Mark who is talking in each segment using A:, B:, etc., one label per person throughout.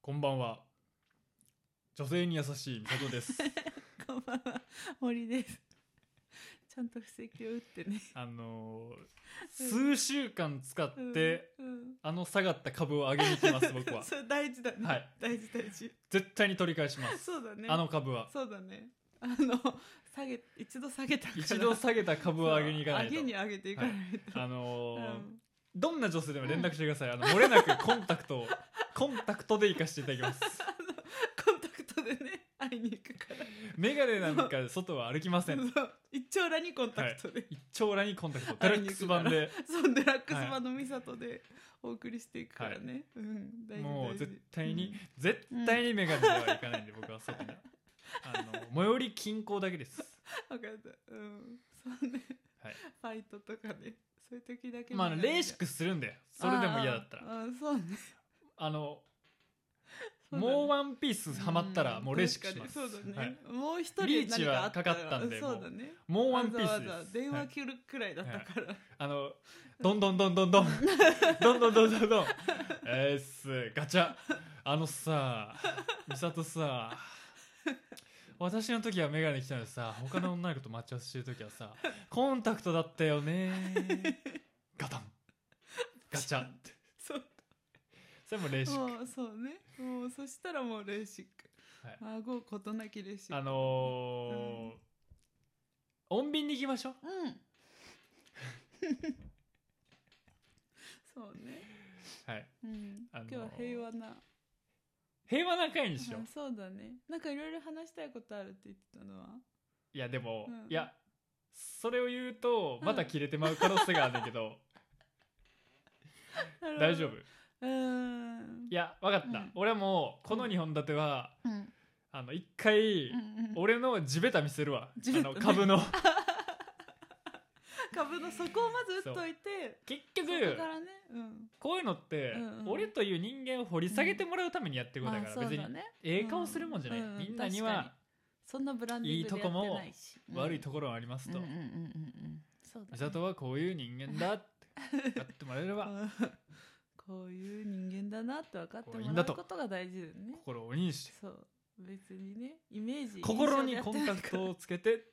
A: こんばんは。女性に優しい美里 です。
B: こんばんは、森です。ちゃんと布石を打ってね。
A: あのー数週間使って、
B: うん、うん
A: あの下がった株を上げに行きます、僕は。
B: それ大事だね。
A: はい
B: 大事大事。
A: 絶対に取り返します、
B: そうだね。
A: あの株は。
B: そうだね。あの下げ一度下げたから。
A: 一度
B: げ
A: 下げた株を上げに行かないと
B: 上。げに上げていかないと。
A: あのー
B: うん
A: どんな女性でも連絡してください。あの、漏れなくコンタクトを、コンタクトで行かせていただき ます。
B: コンタクトでね会いに行くから。
A: メガネなんかで外は歩きません。
B: そう一丁羅にコンタクトで。
A: 一丁羅にコンタクト。デラ
B: 会
A: ッ
B: いに
A: ク
B: 行
A: ス
B: くから
A: 版で、
B: そうデラックス版のミサトでお送りしていくからね。うん大事
A: もう
B: 大事
A: 絶対に、絶対にメガネでは行かないんで、僕は外 に。あの、最寄り近郊だけです。
B: わかった。うん。そうね。
A: はい
B: ファイトとかね。そういう時だけ。
A: まあ、あのレーシックするんだよ。それでも嫌だったら。
B: あー。あーそうね。
A: あの、
B: そうだね
A: もうワンピースハマったら、もうレーシックします。
B: うん確かにそうだ
A: は
B: ね
A: い。
B: もう一人
A: リーチは
B: 何あら
A: かかったんで
B: そうだね。
A: もうワンピー
B: わ
A: ス
B: ざわ
A: で
B: ざ
A: す。
B: 電
A: は
B: 話
A: い
B: 切るくらいだったから。
A: あの、どんどんどんどんどん、どんどんどんどんどん、えーっす、ガチャ。あのさ、美里さ、私の時はメガネ来たのにさ、他の女の子と待ち合わせしてる時はさ、コンタクトだったよね。ガタン。ガチャって。
B: そう。
A: それもレーシック。
B: もうそうね。もうそしたらもうレーシック。
A: はい
B: 孫ことなきレーシック。
A: あのー、穏便に行きましょう。
B: うん。 そうね。
A: はい。
B: うん。
A: あのー
B: 今日は平和な。
A: 平和な会にしよう
B: あ。そうだねなんかいろいろ話したいことあるって言ってたのはい
A: やでも、
B: うん
A: いやそれを言うと
B: うん
A: また切れてまう可能性があるんだけど、大丈夫
B: うーん
A: いや分かった、
B: うん
A: 俺はもうこの
B: うん
A: 2本立ては、
B: うんうん
A: あの一回、
B: うん
A: 俺の地べた見せるわ、
B: 地
A: あ
B: べた
A: の株の
B: 株のそこをまず打っといて
A: 結
B: そ
A: 局
B: こからねうん
A: こういうのって、
B: うんうん
A: 俺という人間を掘り下げてもらうためにやってることだから、
B: まあ
A: 別
B: そうだ
A: に
B: ね
A: 映画をするもんじゃない、
B: うんうん
A: みんなに
B: 確
A: は
B: かそんなブランディングでやってないし
A: 悪い
B: こと
A: ころはありますと、
B: うんうんうんうんそう
A: 美
B: だね
A: 里はこういう人間だってやってもらえれば、
B: うん こういう人間だなって分かって
A: こういい
B: も
A: ん
B: ら
A: だ
B: う
A: と
B: ことが大事だよね
A: 心を鬼にして
B: そう別にねイメージ
A: 心に
B: 印
A: コ
B: 象で
A: ンタ
B: やってない
A: ク
B: から
A: トをつけて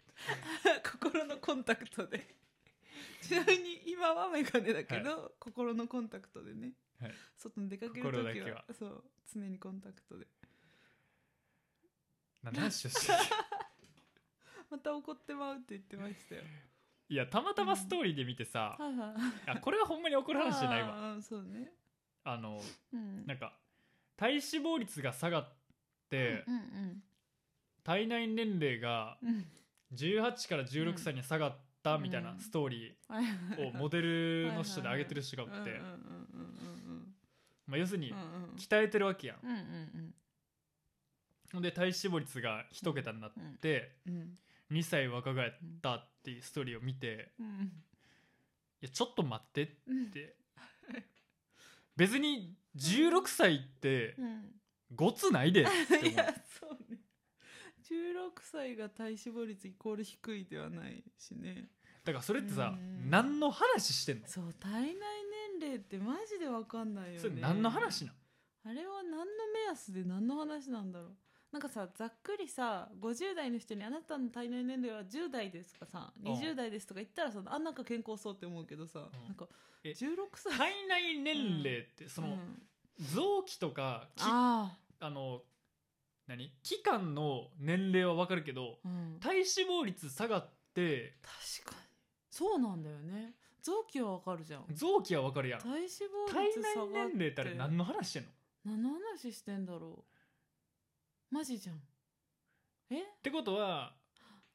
B: 心のコンタクトで ちなみに今はメガネだけど、心のコンタクトでね、
A: はい
B: 外に出かける
A: 心だ
B: 時
A: け
B: は
A: は
B: そう常にコンタクトで
A: 何の話をしてる
B: また怒ってまうって言ってましたよ
A: いやたまたまストーリーで見てさ、
B: はいはい
A: あこれはほんまに怒る話じゃないわ
B: あーそうね
A: あの
B: うん
A: なんか体脂肪率が下がって、
B: うんうん
A: 体内年齢が
B: うんうん
A: 18から16歳に下がったみたいな
B: うん
A: ストーリ
B: はいはい
A: ーをモデルの人で上げてる人がお
B: うん
A: っ
B: うんうん
A: て
B: うんうん
A: まあ要するに
B: うんうん
A: 鍛えてるわけやん
B: うんうん
A: ほんで体脂肪率が1桁になっ
B: うん
A: て
B: うん
A: 2歳若返ったっていうストーリーを見て
B: うん
A: いやちょっと待ってっ
B: うん
A: て別に16歳って
B: うん
A: ごつないでって思
B: いうやそうね16歳が体脂肪率イコール低いではないしね
A: だからそれってさ
B: うん
A: 何の話してんの
B: そう体内年齢ってマジで分かんないよね
A: それ何の話な
B: あれは何の目安で何の話なんだろうなんかさざっくりさ50代の人に「あなたの体内年齢は10代です」とかさ「
A: うん
B: 20代です」とか言ったらさあなんか健康そうって思うけどさ、
A: うん
B: なんか
A: え
B: 16
A: の
B: 歳
A: 体内年齢ってそ
B: うん
A: の臓器とかきあ
B: あ
A: の何器官の年齢は分かるけど
B: あ、うん、
A: 体脂肪率下がって
B: 確かにそうなんだよね臓器は分かるじゃん
A: 臓器は分かるやん
B: 体脂肪
A: 体
B: 率下
A: 内
B: がっ
A: 年齢ってあれ何の話してんのっ
B: 何の話してんだろうマジじゃんえ
A: てことは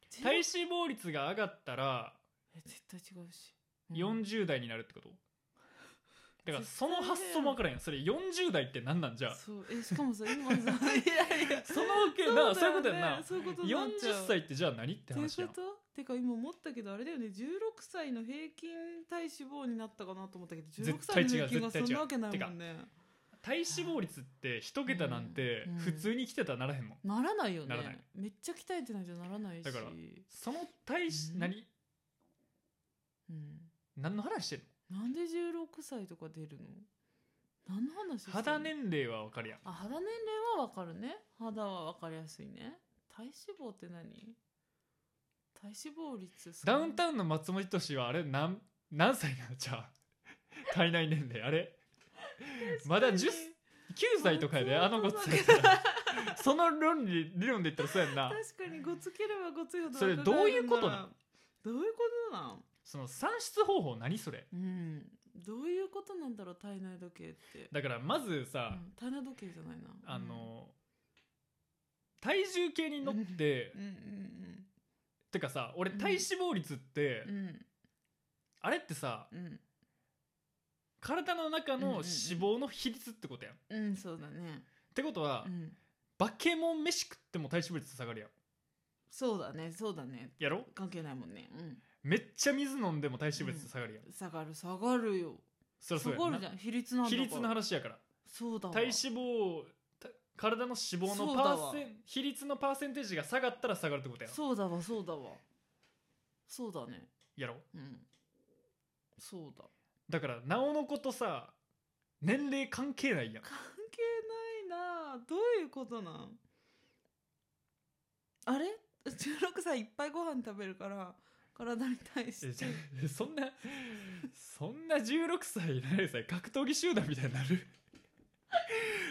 B: じ
A: 体脂肪率が上がったら
B: え絶対違うし、うん
A: 40代になるってことだから
B: 絶
A: そ
B: 対
A: の発想も分からんやんそれ40代って何なんじゃあ
B: そうえしかもさ今さい やいや
A: そのわけなそういうことやんな
B: そういうことになっちゃう
A: 40歳ってじゃあ何って
B: って
A: 話
B: いう
A: や
B: こ
A: ん
B: とてか今思ったけどあれだよね16歳の平均体脂肪になったかなと思ったけど16
A: 絶対
B: 歳
A: 違う
B: の平均が
A: 絶対違
B: そ
A: うん
B: なわけないもんね
A: 体脂肪率って一桁なんて
B: うん
A: 普通に来てたらならへんもん、
B: ならないよね
A: ならない
B: めっちゃ鍛えてないじゃならないし
A: だからその体脂、
B: うん
A: 何
B: うん、
A: 何の話してんの
B: なんで16歳とか出るの何の話してる
A: 肌年齢はわかるやん
B: あ肌年齢はわかるね肌はわかりやすいね体脂肪って何体脂肪率さ
A: ダウンタウンの松本人志はあれ何何歳なのじゃあ 体内年齢あれまだ10 9歳とかやであのごっつい
B: 確か
A: その論理理論で言ったらそうやんな
B: 確かにごつければごついほど
A: それどういうことなん
B: どういうことなん
A: その算出方法何それ
B: うんどういうことなんだろう体内時計って、
A: だからまず
B: う
A: さ、
B: ん体内時計じゃないな
A: あの体重計に乗って、
B: うんうん
A: てかさ俺体脂肪率って、
B: うんうん
A: あれってさ
B: うん
A: 体の中の
B: うんう
A: 脂
B: んうん
A: 肪の比率ってことやん、っ
B: うんそうだね
A: てことは、
B: うん
A: バケモン飯食っても体脂肪率下がるやん
B: そうだねそうだね
A: やろ
B: 関係ないもんねう
A: めっちゃ水飲んでも体脂肪率下がるやん、
B: ん下がる下がるよ
A: そりゃそ
B: 下
A: うや
B: が
A: ん
B: る
A: な
B: じゃん比率なんだ
A: 比
B: から
A: 率の話やから
B: そうだわ
A: 体脂肪た体の脂肪
B: そ
A: の
B: う
A: パ
B: だ
A: ー
B: わ
A: セン比率のパーセンテージが下がったら下がるってことやん
B: そうだわそうだわそうだね
A: やろ
B: うんそうだ
A: だからなおのことさ年齢関係ないやん
B: 関係ないなどういうことなんあれ16歳いっぱいご飯食べるから体に対して
A: えじゃあ そんなそんな16歳7歳格闘技集団みたいになる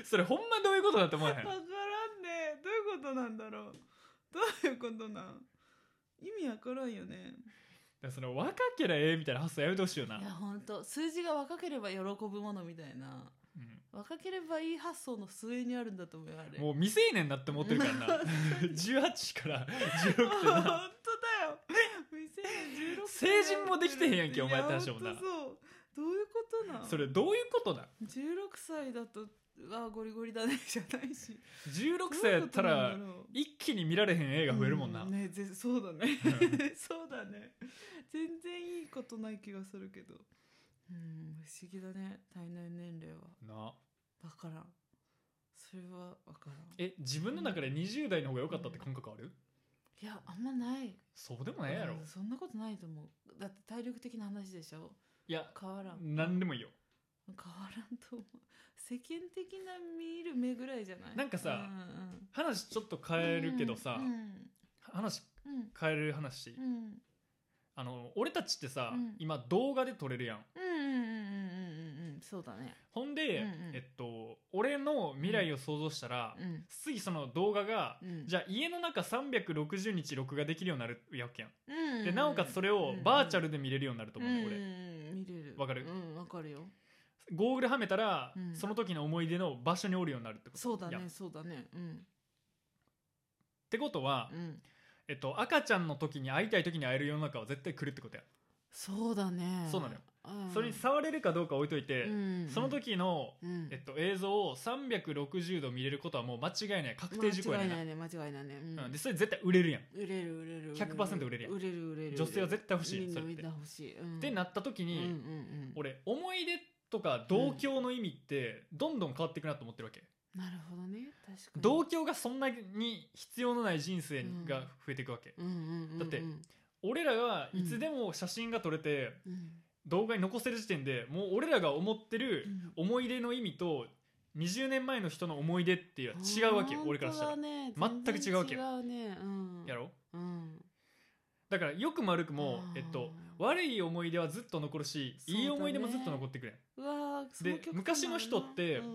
A: それほんまどういうことだと思わへん
B: わからんねどういうことなんだろうどういうことなん意味わからんよね
A: だからその若けりゃええみたいな発想やめてほしいよな、
B: いやほんと数字が若ければ喜ぶものみたいな
A: うん
B: 若ければいい発想の末にあるんだと思うよあれ
A: もう未成年になって思ってるから な18から16って
B: 本当 だ
A: な
B: よ2016
A: 成人もできてへんやんけお前って話だもんな
B: やほとそうどういうことなん
A: それどういうことだ
B: 16歳だとあゴリゴリだねじゃないし
A: 16歳やったら
B: どういうことなんだろう
A: 一気に見られへん映画増えるもんな、
B: うねぜそうだ ね
A: うん
B: そうだね全然いいことない気がするけどうん不思議だね体内年齢は
A: な
B: わからんそれはわからん
A: え自分の中で20代の方が良かったって感覚ある、
B: いやあんまない
A: そうでもないやろ、
B: うんそんなことないと思うだって体力的な話でしょ
A: いや
B: 変わらん
A: 何でもいいよ
B: 変わらんと思う世間的な見る目ぐらいじゃない
A: なんかさ
B: うんうん
A: 話ちょっと変えるけどさ、
B: うん
A: 話
B: うん
A: 変える話、
B: うんうん
A: あの俺たちってさ、
B: うん
A: 今動画で撮れるやん
B: うんうんうんうんうんうんそうだね
A: ほんで、
B: うんうん
A: えっと俺の未来を想像したら、
B: うん
A: 次その動画が、
B: うん
A: じゃあ家の中360日録画できるようになるやけやん、
B: うん
A: でなおかつそれをバーチャルで見れるようになると
B: と
A: 思うね、
B: ん
A: 俺
B: うん見れる
A: わかる
B: うんわかるよ
A: ゴーグルはめたら、
B: うん
A: その時の思い出の場所におるようになるってこと
B: そうだ
A: いや
B: ねそうだねうん
A: ってことは、
B: うん
A: えっと、赤ちゃんの時に会いたい時に会える世の中は絶対来るってことや、
B: そうだね
A: そうなのよ
B: うん
A: それに触れるかどうか置いといて、
B: うん
A: その時の、
B: うん
A: えっと、映像を360度見れることはもう間違いない確定事項やねんな
B: 間違いないね間違いないねうん
A: うん、でそれ絶対売れるやん、
B: 売れる売れる
A: 100%売れるやん
B: 売れる売れる
A: 女性は絶対欲しい
B: みん
A: それ
B: な
A: っ
B: みん
A: て
B: な欲しいうん
A: ってなった時
B: うん
A: に、
B: うんうん
A: 俺思い出とか同郷の意味ってどんどん変わっていくなと思ってるわけ、
B: なるほどね確かに
A: 同郷がそんなに必要のない人生が増えていくわけ、
B: うんうんうんうん
A: だって俺らがいつでも写真が撮れて、
B: うん
A: 動画に残せる時点でもう俺らが思ってる思い出の意味と20年前の人の思い出っていうのは違うわけよ
B: 本当
A: 俺からしたら、
B: だね
A: 全く違うわけよ
B: 全然違うねうん
A: やろ
B: うん
A: だから良くも悪くも
B: あ
A: え
B: ー
A: っと悪い思い出はずっと残るし、
B: そうだ
A: い
B: ね
A: い思い出もずっと残ってくれん
B: うわーその曲も
A: 昔の人って
B: うん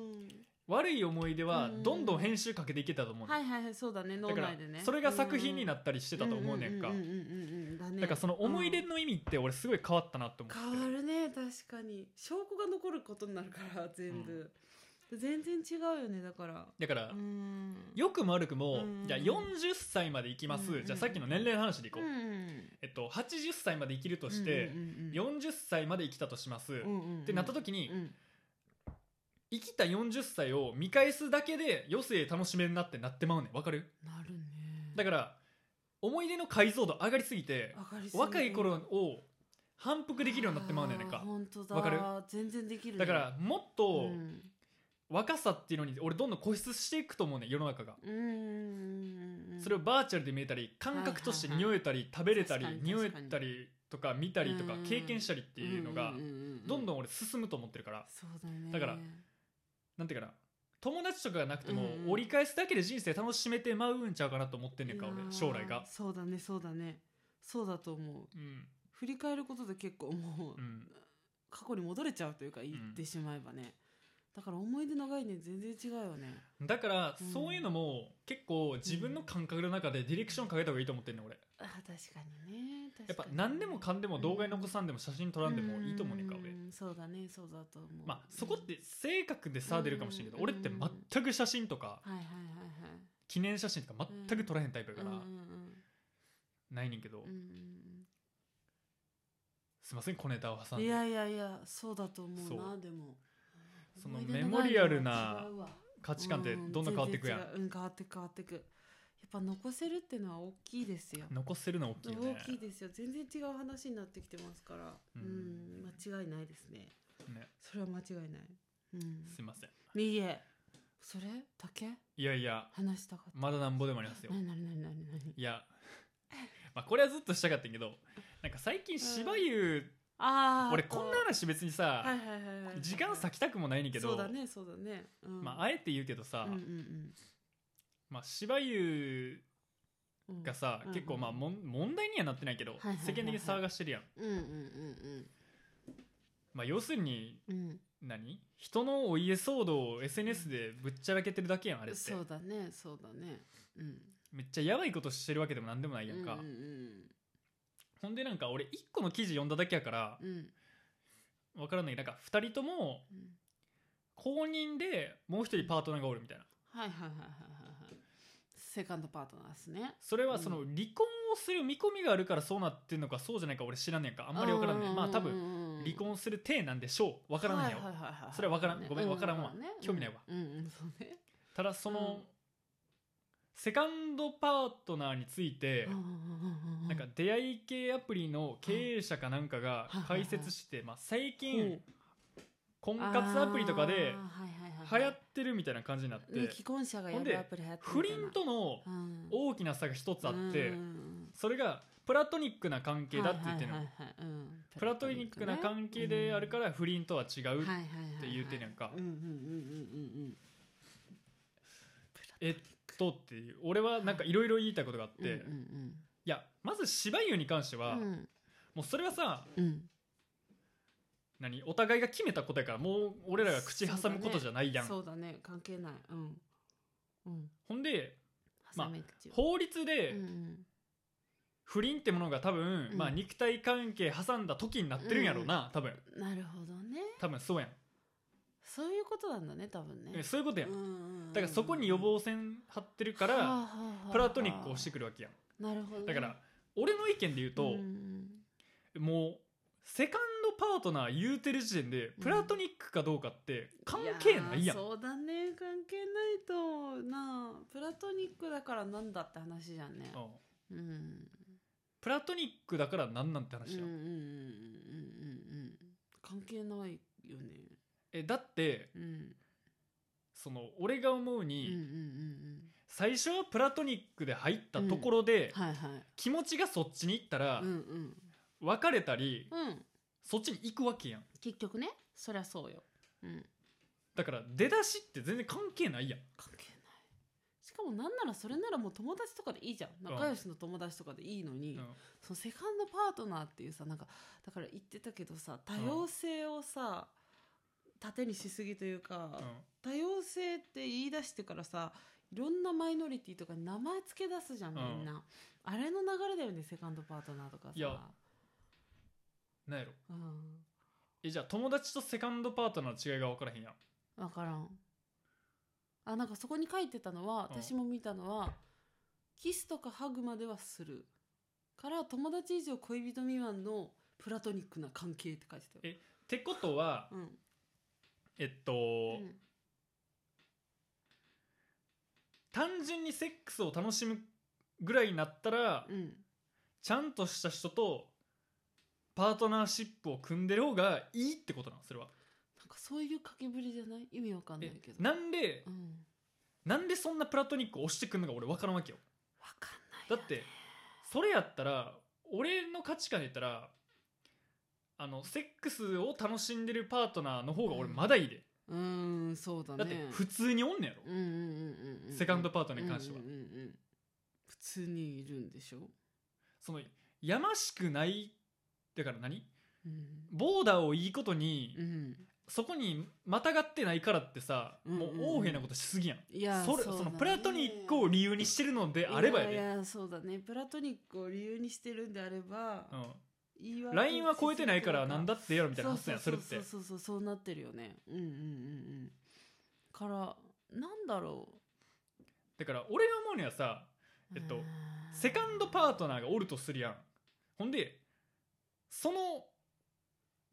A: 悪い思い出はどんどん編集かけていけたと思うねん、
B: はいはいはいそうだね脳
A: だから
B: 内でね
A: それが作品にな
B: っ
A: ったりして
B: て
A: たと思うねんか
B: だね
A: だからその思い出の意味って俺すごい変わったなって思って
B: 変わるね確かに証拠が残ることになるから全部、全然違うよねだから
A: だから
B: うん
A: 良くも悪くも
B: うん
A: じゃあ40歳までいきます、
B: うん
A: じゃあさっきの年齢の話でいこう、
B: うん
A: えっと、80歳まで生きるとして、
B: うんうんうん
A: 40歳まで生きたとします、
B: うんうんうん
A: ってなった時に、
B: うん
A: 生きた40歳を見返すだけで余生楽しめるなってなってまうねんわかる
B: なるね
A: だから思い出の解像度上がりすぎて
B: 上がりすぎ
A: 若い頃を反復できるようになってまうねんねん
B: あ
A: か
B: ー本当だ
A: わかる
B: 全然できる、ね、
A: だからもっ
B: う
A: と
B: ん
A: 若さっていうのに俺どんどん固執していくと思うねん世の中が
B: うんうんうん
A: それをバーチャルで見えたり感覚として匂えたり食べれたり
B: 確かに
A: 匂え
B: 確かに
A: たりとか見たりとか
B: うん
A: 経験したりっていうのが
B: んんんん
A: どんどん俺進むと思ってるから
B: そうだね
A: だからなんていうかな友達とかがなくても、
B: うん
A: 折り返すだけで人生楽しめてまうんちゃうかなと思ってんねんか
B: いやー
A: 俺将来が
B: そうだねそうだねそうだと思う
A: うん
B: 振り返ることで結構もう
A: うん
B: 過去に戻れちゃうというか言ってしまえばね、だから思い出の概念全然違うよね
A: だから、
B: うん
A: そういうのも結構自分の感覚の中でディレクションかけた方がいいと思ってんねん俺
B: あ確かにね
A: やっぱ何でもかんでも動画に残さんでも写真撮らんでもいいと思うねんか俺
B: んそうだねそうだと思う
A: まあそこって性格で差出るかもしれんけど
B: うん
A: 俺って全く写真とか
B: はいはいはい
A: 記念写真とか全く撮らへんタイプや
B: はい
A: から
B: うん
A: ないねんけど
B: うんうんうん
A: すいません小ネタを挟
B: うん
A: ん
B: い
A: で
B: やいやいやそうだと思う
A: そ
B: なでも
A: その
B: 思い出概念
A: メモリアルな
B: は違うわ
A: 価値観ってどんどん変わっていくやん
B: う全然違ううん変わってく変わってくやっぱ残せるってのは大きいですよ
A: 残せるのは大きいよね
B: 大きいですよ全然違う話になってきてますから
A: う
B: う
A: ん
B: ん、間違いないですね
A: ね
B: それは間違いないうん
A: すいません
B: いいえそれだけ
A: いやいや
B: 話したかっ
A: まだなんぼでもあります
B: た
A: よ
B: 何何何何何
A: いや まあこれはずっとしたかったんやけどなんか最近芝生
B: ああ
A: 俺こんな話別にさ
B: はいはいはいはい
A: 時間割きたくもないねんけ
B: そ
A: ど
B: うだねそうだね、うん、
A: まああえて言うけどさ
B: うんうん
A: まあ芝生
B: うんうん
A: がさ
B: うん
A: 結構まあもん問題にはなってないけど
B: はいはいはい
A: 世間的に騒がしてるやん
B: うんうんうん
A: まあ要するに
B: うん
A: 何人のお家騒動を SNS でぶっちゃらけてるだけやんあ
B: う
A: れっ
B: ん
A: て
B: そうだねそうだねうん
A: めっちゃやばいことしてるわけでもなんでもないやんか
B: うんうん
A: ほんでなんか俺1個の記事読んだだけやから
B: うんうん
A: わからないなんか2人とも
B: うん
A: 公認でもう一人パートナーがおるみたいな
B: はいはいはいはいはいはいセカンドパートナーですね
A: それはその離婚をする見込みがあるからそうなってんのかそうじゃないか俺知らんねんかあんまりわからんねんまあ多分
B: 分
A: 離婚する体なんでしょうわからんねんよそれはわからんごめんわからんわ興味ないわ
B: うんうんそうね
A: ただその
B: うん
A: セカンドパートナーについてなんか出会い系アプリの経営者かなんかが解説してまあ最近婚活アプリとかで流行ってるみたいな感じになっ
B: で
A: て
B: 既婚者がや
A: ほん
B: る
A: で
B: アプリ流行って
A: 不倫との
B: 多
A: 大きな差が一つあって
B: 関
A: それがプラトニックな関係だって言ってるのプラトニックな関係であるから不倫とは違う
B: って
A: 言うてんやんか
B: うんうんうんうんうんうん
A: えっとっていう俺はなんかいろいろ言いたいことがあっ
B: うん
A: ていやまず芝居に関しては
B: うんうん
A: もうそれはさ
B: うん
A: 何お互いが決めたことやからもう俺らが口挟むことじゃないやん、
B: そうだね関係ないうんうん
A: ほんでまあ
B: 挟み口を
A: 法律で
B: うんうん
A: 不倫ってものが多分、
B: うん
A: まあ、肉体関係挟んだ時になってるんやろうな、多分
B: なるほどね
A: 多分そうやん、
B: そういうことなんだね多分ね
A: えそういうことやん、
B: だ
A: だからそこに予防線張ってるから、プラトニックをしてくるわけやん
B: なるほどね
A: だから俺の意見で言うと、
B: うん
A: もうセカンドパートナー言うてる時点で
B: うん
A: プラトニックかどうかって関係ないやん、
B: やーそうだね関係ないと思うなあプラトニックだからなんだって話じゃんね
A: うん
B: うんうん
A: プラトニックだからなんなんて
B: うんうん
A: 話
B: うん
A: やん、
B: うんうん関係ないよね
A: えだって
B: うん
A: その俺が思う
B: うんうんう
A: に、
B: んうん
A: 最初はプラトニックで入ったところで、
B: はいはい
A: 気持ちがそっちに行ったら、
B: うんうん
A: 別れたり、
B: うん
A: そっちに行くわけやん
B: 結局ねそりゃそうようん
A: だから出だしって全然関係ないやん
B: 関係ないしかもなんならそれならもう友達とかでいいじゃん仲良しの友達とかでいいのに、
A: うん
B: そのセカンドパートナーっていうさなんかだから言ってたけどさ多様性をさ、盾にしすぎというか、
A: うん
B: 多様性って言い出してからさいろんなマイノリティとかに名前付け出すじゃんみんな、あれの流れだよねセカンドパートナーとかさ
A: いやなんやろ
B: うん、
A: えじゃあ友達とセカンドパートナーの違いが分からへんやん
B: 分からんあなんかそこに書いてたのは
A: うん
B: 私も見たのは、キスとかハグまではするから友達以上恋人未満のプラトニックな関係って書いてたよ。
A: ってことは、
B: うん
A: えっと、
B: うん
A: 単純にセックスを楽しむぐらいになったら、
B: うん
A: ちゃんとした人とパートナーシップを組んでる方がいいってことなのそれは
B: なんかそういう掛けぶりじゃない意味わかんない
A: え
B: けど。
A: なんで
B: うん。
A: なんでそんなプラトニックを押してくんのか俺分からんわけよ
B: わかんないよ
A: だってそれやったら俺の価値観で言ったらあのセックスを楽しんでるパートナーの方が俺まだいいで、
B: ううーんそうだね
A: だって普通におんねやろ、
B: うんうんうんうん
A: セカンド
B: パ
A: パートに関しては、
B: うんうんうんうん普通にいるんでしょ、
A: そのやましくないだから何
B: うん
A: ボーダーをいいことに、
B: うん、
A: そこにまたがってないからってさ、
B: うんうんうん
A: もう横柄なことしすぎやん
B: いや
A: それ
B: う
A: そ
B: だ
A: の
B: ね
A: プラトニックを理由にしてるのであればや
B: い
A: で、
B: やいやそうだねプラトニックを理由にしてるんであれば、
A: う
B: 言い
A: ん、
B: 訳
A: LINE は超えてないからなんだってやろみ
B: み
A: たいな発想やんそれって
B: そうそうそうそうそうなってるよねうんうんうんうんからなんだろ
A: だから俺が思うにはさ
B: う
A: えっとセカンドパートナーがおるとするやんほんでその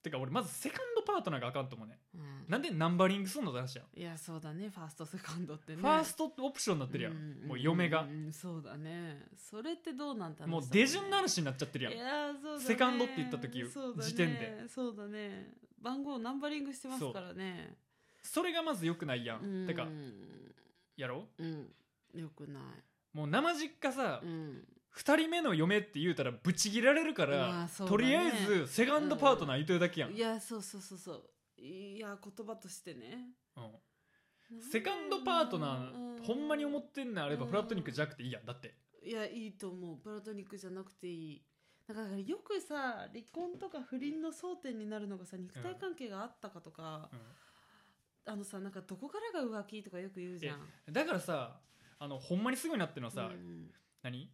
A: てか俺まずセカンドパートナーがあかんと思うね
B: うん
A: なんでナンバリングすんのだらしやん、
B: いやそうだねファーストセカンドってね
A: ファーストオプションになってるやん、もう嫁が
B: んんんそうだねそれってどうなんだ
A: もう出順の話になっちゃってるやん
B: いやーそうだね
A: セカンドって言った時
B: そうだね
A: 時点で
B: そうだね番号ナンバリングしてますからね
A: それがまず良くないやん、
B: うん
A: てかやろ
B: うんよくない
A: もう生実家さ、
B: うん
A: 二2人目の嫁って言うたらブチ切られるから、
B: まあそうだ
A: と
B: ね
A: りあえずセカンドパートナー言うてるだけやん、
B: いやそうそうそうそういや言葉としてね
A: うんセカンドパートナー、ほんまに思ってんのあれば
B: うん
A: プラトニックじゃなくていいやんだって
B: いやいいと思うプラトニックじゃなくていいだからよくさ離婚とか不倫の争点になるのがさ肉体関係があったかとか、あのさなんかどこからが浮気とかよく言うじゃん
A: だからさあのほんまにすごいなってのはさ、
B: うん
A: 何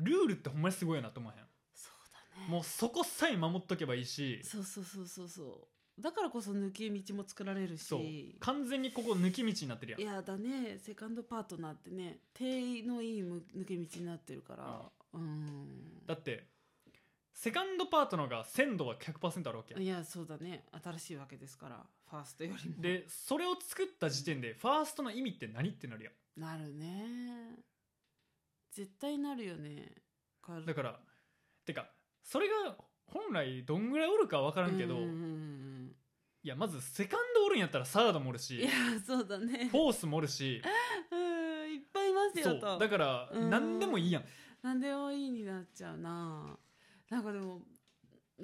A: ルールってほんまにすごいよなと思わへん
B: そうだね
A: もうそこさえ守っとけばいいし
B: そうそうそうそうそうだからこそ抜け道も作られる
A: そう
B: し
A: 完全にここ抜き道になってるやん
B: いやだねセカンドパートナーってね手のいいむ抜け道になってるからうん
A: だってセカンドパートナーが鮮度は100%あるわけやん
B: いやそうだね新しいわけですからファーストよりも
A: でそれを作った時点でファーストの意味って何ってなるやん
B: なるね絶対なるよねか
A: だからてかそれが本来どんぐらいおるか分かららんけど、
B: うんうんうん
A: いやまずセカンドおるんやったらサードもおる
B: うん、
A: し
B: いやそうだね
A: フォースもおるし
B: うん いっぱいいます
A: そ
B: よ
A: う
B: と
A: だから
B: うん
A: 何でもいいやん
B: なんでもいいになっちゃうななんかでも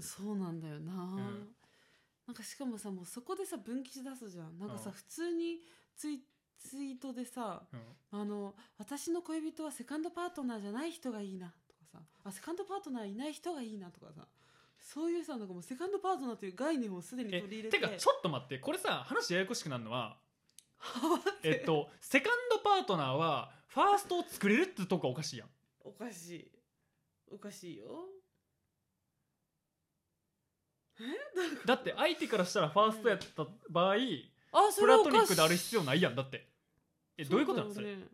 B: そうなんだよな、
A: ん
B: なんかしかもさもうそこでさ分岐し出すじゃんなんかさ、
A: うん
B: 普通にツイツイートでさ
A: うん
B: あの「私の恋人はセカンドパートナーじゃない人がいいな」とかさあ「セカンドパートナーいない人がいいな」とかさそういうさなんかもうセカンドパートナーという概念をすでに取
A: え
B: り入れて
A: てか ちょっと待ってこれさ話ややこしくなるのは
B: て
A: えっとセカンドパートナーはファーストを作れるってとこがおかしいやん
B: おかしいおかしいよ
A: だって相手からしたらファーストやった場合、
B: あそ
A: プ
B: れは
A: ラ
B: お
A: トニ
B: か
A: ッ
B: しい
A: クである必要ないやんだってえどういうことなのそ
B: だ
A: れ
B: よね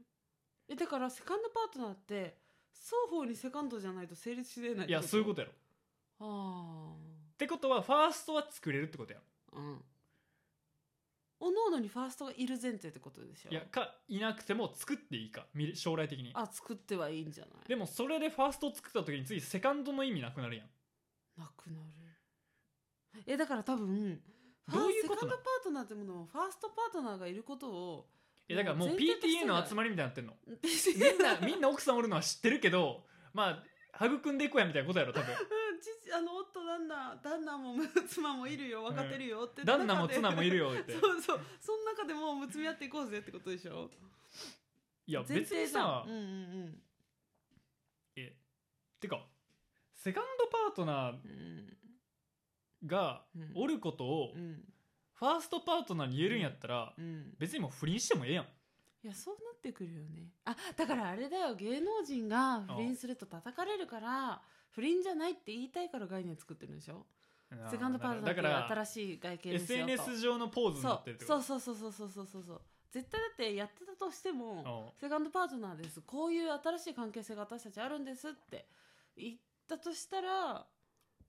B: えだからセカンドパートナーって双方にセカンドじゃないと成立しれない
A: いやそういうこととやろっ
B: あ
A: てことはファーストは作れるってことやろ
B: あうんおのおのにファーストがいる前提ってことでしょ
A: いやかいなくても作っていいかみ将来的に
B: あ作ってはいいんじゃない
A: でもそれでファーストを作った時に次セカンドの意味なくなるやん
B: なくなるえだから多分ファー
A: どういうこ
B: セカ
A: と
B: ン
A: なの
B: ドパートナーってものもファーストパートナーがいることを
A: えだからもう
B: 前提とし
A: PTA
B: て
A: の集まりみたいになってんの
B: み
A: みんなみんな奥さんおるのは知ってるけどまあ育んでいこうやみたいなことやろ多分
B: うん父あの夫旦那旦那も妻もいるよ分かってるよって、
A: 旦那も妻もいる
B: よ
A: よって
B: そうそうその中でもうむつみ合っていこうぜってことでしょ
A: いや
B: 前
A: 別
B: 提
A: に
B: じゃ
A: さ
B: んうんうん
A: えてかセカンドパートナ
B: うんうん
A: ーが
B: うん
A: おることを
B: うん
A: ファーストパートナーに言えるんやったら
B: うん
A: 別にもう不倫してもええやん
B: いやそうなってくるよねあだからあれだよ芸能人が不倫すると叩かれるから不倫じゃないって言いたいから概念作ってるんでしょセカンドパートナー
A: だ
B: って
A: か
B: いう
A: ら
B: 新しい外形ですよと
A: SNS 上のポーズになってるってこ
B: そ
A: と
B: うそうそうそうそうそうそうそう絶対だってやってたとしても、
A: うん
B: セカンドパートナーですこういう新しい関係性が私たちあるんですって言ったとしたら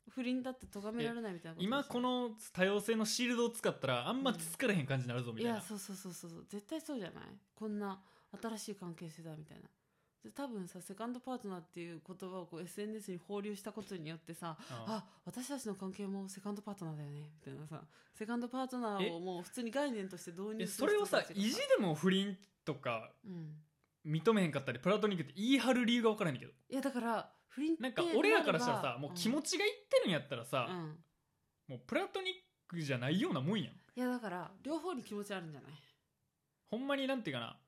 B: 不倫だって咎められないみたいなこと
A: 今この多様性のシールドを使ったらあんまつつかれへん感じになるぞみ
B: い
A: たい
B: や
A: な、
B: そうそうそうそうそう絶対そうじゃないこんな新しい関係性だみたいなで多分さセカンドパートナーっていう言葉をこう SNS に放流したことによってさ
A: うん
B: あ私たちの関係もセカンドパートナーだよねみたいなさセカンドパートナーをもう普通に概念として導
A: え
B: 入す
A: そ
B: る
A: れを
B: 人
A: さ
B: たちが
A: 意地でも不倫とか
B: うん、
A: 認めへんかったりプラトニックって言い張る理由が分からんけど
B: いやだから不倫って
A: なんか俺らからしたら
B: なれ
A: さ
B: ば
A: もう気持ちがいってるんやったら
B: う
A: さ、
B: ん
A: もうプラトニックじゃないようなもんやん
B: いやだから両方に気持ちあるんじゃない
A: ほんまになんていうかな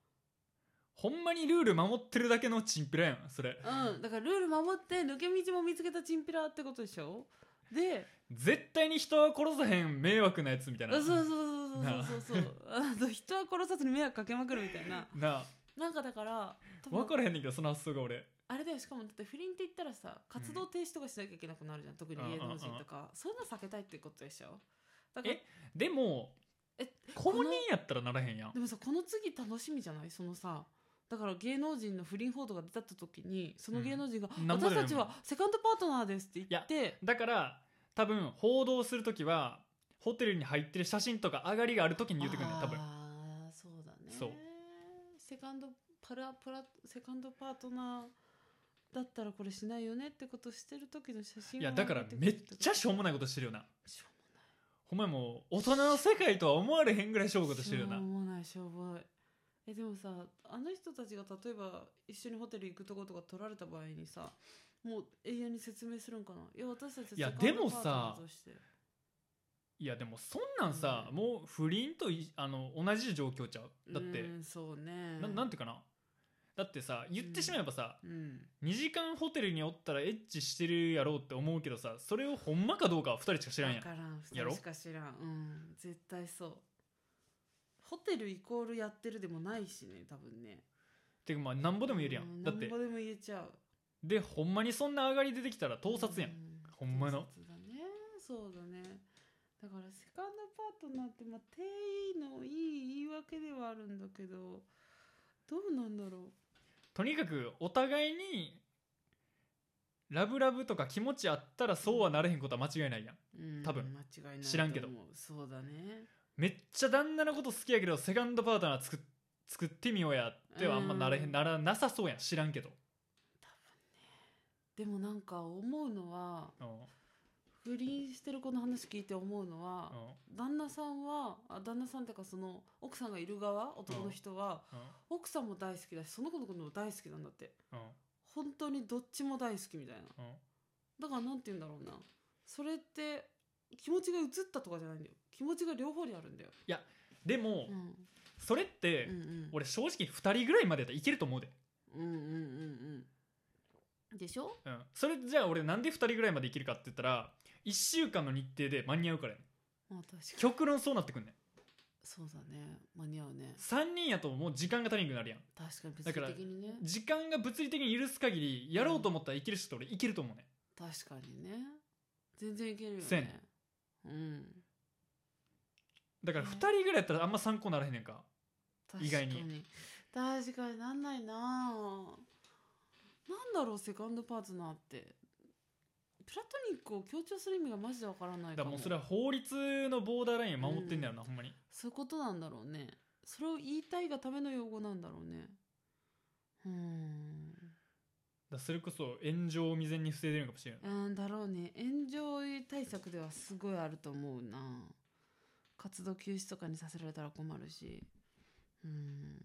A: ほんまにルール守ってるだけのチンピラやんそれ
B: うん、だからルール守って抜け道も見つけたチンピラってことでしょで、
A: 絶対に人は殺さへん迷惑なやつみたい
B: あ
A: な
B: そうそうそうそうそうそうそう。あと 人は殺さずに迷惑かけまくるみたいな。
A: なあ
B: なんかだから、多分
A: 分からへんねんけどその発想が俺
B: あれだよ、しかもだって不倫って言ったらさ、活動停止とかしなきゃいけなくなるじゃん。特に芸能人とか。そういうの避けたいってことでしょだから、
A: でも
B: え
A: 公
B: この
A: 認やったらならへんやん
B: でもさ、この次楽しみじゃないそのさ、だから芸能人の不倫報道が出た時に、その芸能人が、
A: うんなんぼ
B: 私
A: でも
B: たちはセカンドパートナーですって言って、
A: だから多分報道する時はホテルに入ってる写真とか上がりがある時に言ってくるね多分
B: ああそうだね
A: そう
B: セカンドパラプラセカンドパートナーだったらこれしないよねってことしてる時の写真
A: いやだからめっちゃしょうもないことしてるよな
B: しょ
A: ほんまやもう大人の世界とは思われへんぐらいしょう
B: う
A: も
B: も
A: ことしてるよな
B: ないしょうもないしょうもないえでもさあの人たちが例えば一緒にホテル行くとことか取られた場合にさもう永遠に説明するんかないや私たちはい
A: や
B: セカンド
A: でもさ
B: パートナーとして
A: いやでもそんなんさ、
B: うん
A: もう不倫といあの同じ状況ちゃうだって、
B: うんそうね
A: ななんていうかなだってさ言ってしまえばさ、
B: うん
A: 2時間ホテルにおったらエッチしてるやろうって思うけどさそれをほんまかどうかは2人しか知らんやん
B: 分からん
A: や
B: 2
A: ろ
B: 人しか知らんうん絶対そうホテルイコールやってるでもないしね多分ね
A: てかまあなんぼでも言えるやん、
B: う
A: だって
B: なんぼでも言えちゃう
A: でほんまにそんな上がり出てきたら盗撮やん、
B: う
A: ほんまの
B: 盗撮だねそうだねだからセカンドパートナーってまあ定位のいい言い訳ではあるんだけどどうなんだろ
A: とにかくお互いにラブラブとか気持ちあったらそうはなれへんことは間違いないやん
B: う、うん、
A: 多分
B: 間違いない
A: 知らんけど
B: と思うそうだね
A: めっちゃ旦那のこと好きやけどセカンドパートナー作っ作ってみようやってはあんまなれへん、
B: うん
A: ならなさそうやん知らんけど、
B: でもなんか思うのは
A: うん
B: 不倫してる子の話聞いて思うのは、
A: うん
B: 旦那さんはあ旦那さんっていうかその奥さんがいる側男の人は、
A: うん
B: 奥さんも大好きだしその子のことも大好きなんだって
A: うん
B: 本当にどっちも大好きみたいな
A: うん
B: だからなんて言うんだろうなそれって気持ちが移ったとかじゃないんだよ気持ちが両方にあるんだよ、
A: でも、
B: うん、
A: それって、
B: うんうん
A: 俺正直2人ぐらいまでやったらいけると思うで、
B: うんうんうんうんでしょ
A: うん、それじゃあ俺なんで2人ぐらいまでいけるかって言ったら1週間の日程で間に合うからやん
B: まあ確かに
A: 極論そうなってくんねん
B: そうだね間に合うね
A: 3人やともう時間が足りんくなるやん
B: 確かに
A: だから
B: 物理的にね
A: 時間が物理的に許す限りやろうと思ったらいける人って俺いけると思うね
B: 確かにね全然いけるよ
A: せや
B: ね
A: ね
B: うん
A: だから
B: へえ
A: 2人ぐらいやったらあんま参考にならへんねんか意外に
B: 確かに確かになんないなぁなんだろうセカンドパートナーってプラトニックを強調する意味がマジでわからない
A: だ
B: か
A: から
B: も
A: もうそれは法律のボーダーラインを守ってんだよな、ほんまに
B: そういうことなんだろうねそれを言いたいがための用語なんだろうねうーん
A: だからそれこそ炎上を未然に防いでるんかもしれない、
B: うんだろうね炎上対策ではすごいあると思うな活動休止とかにさせられたら困るしうん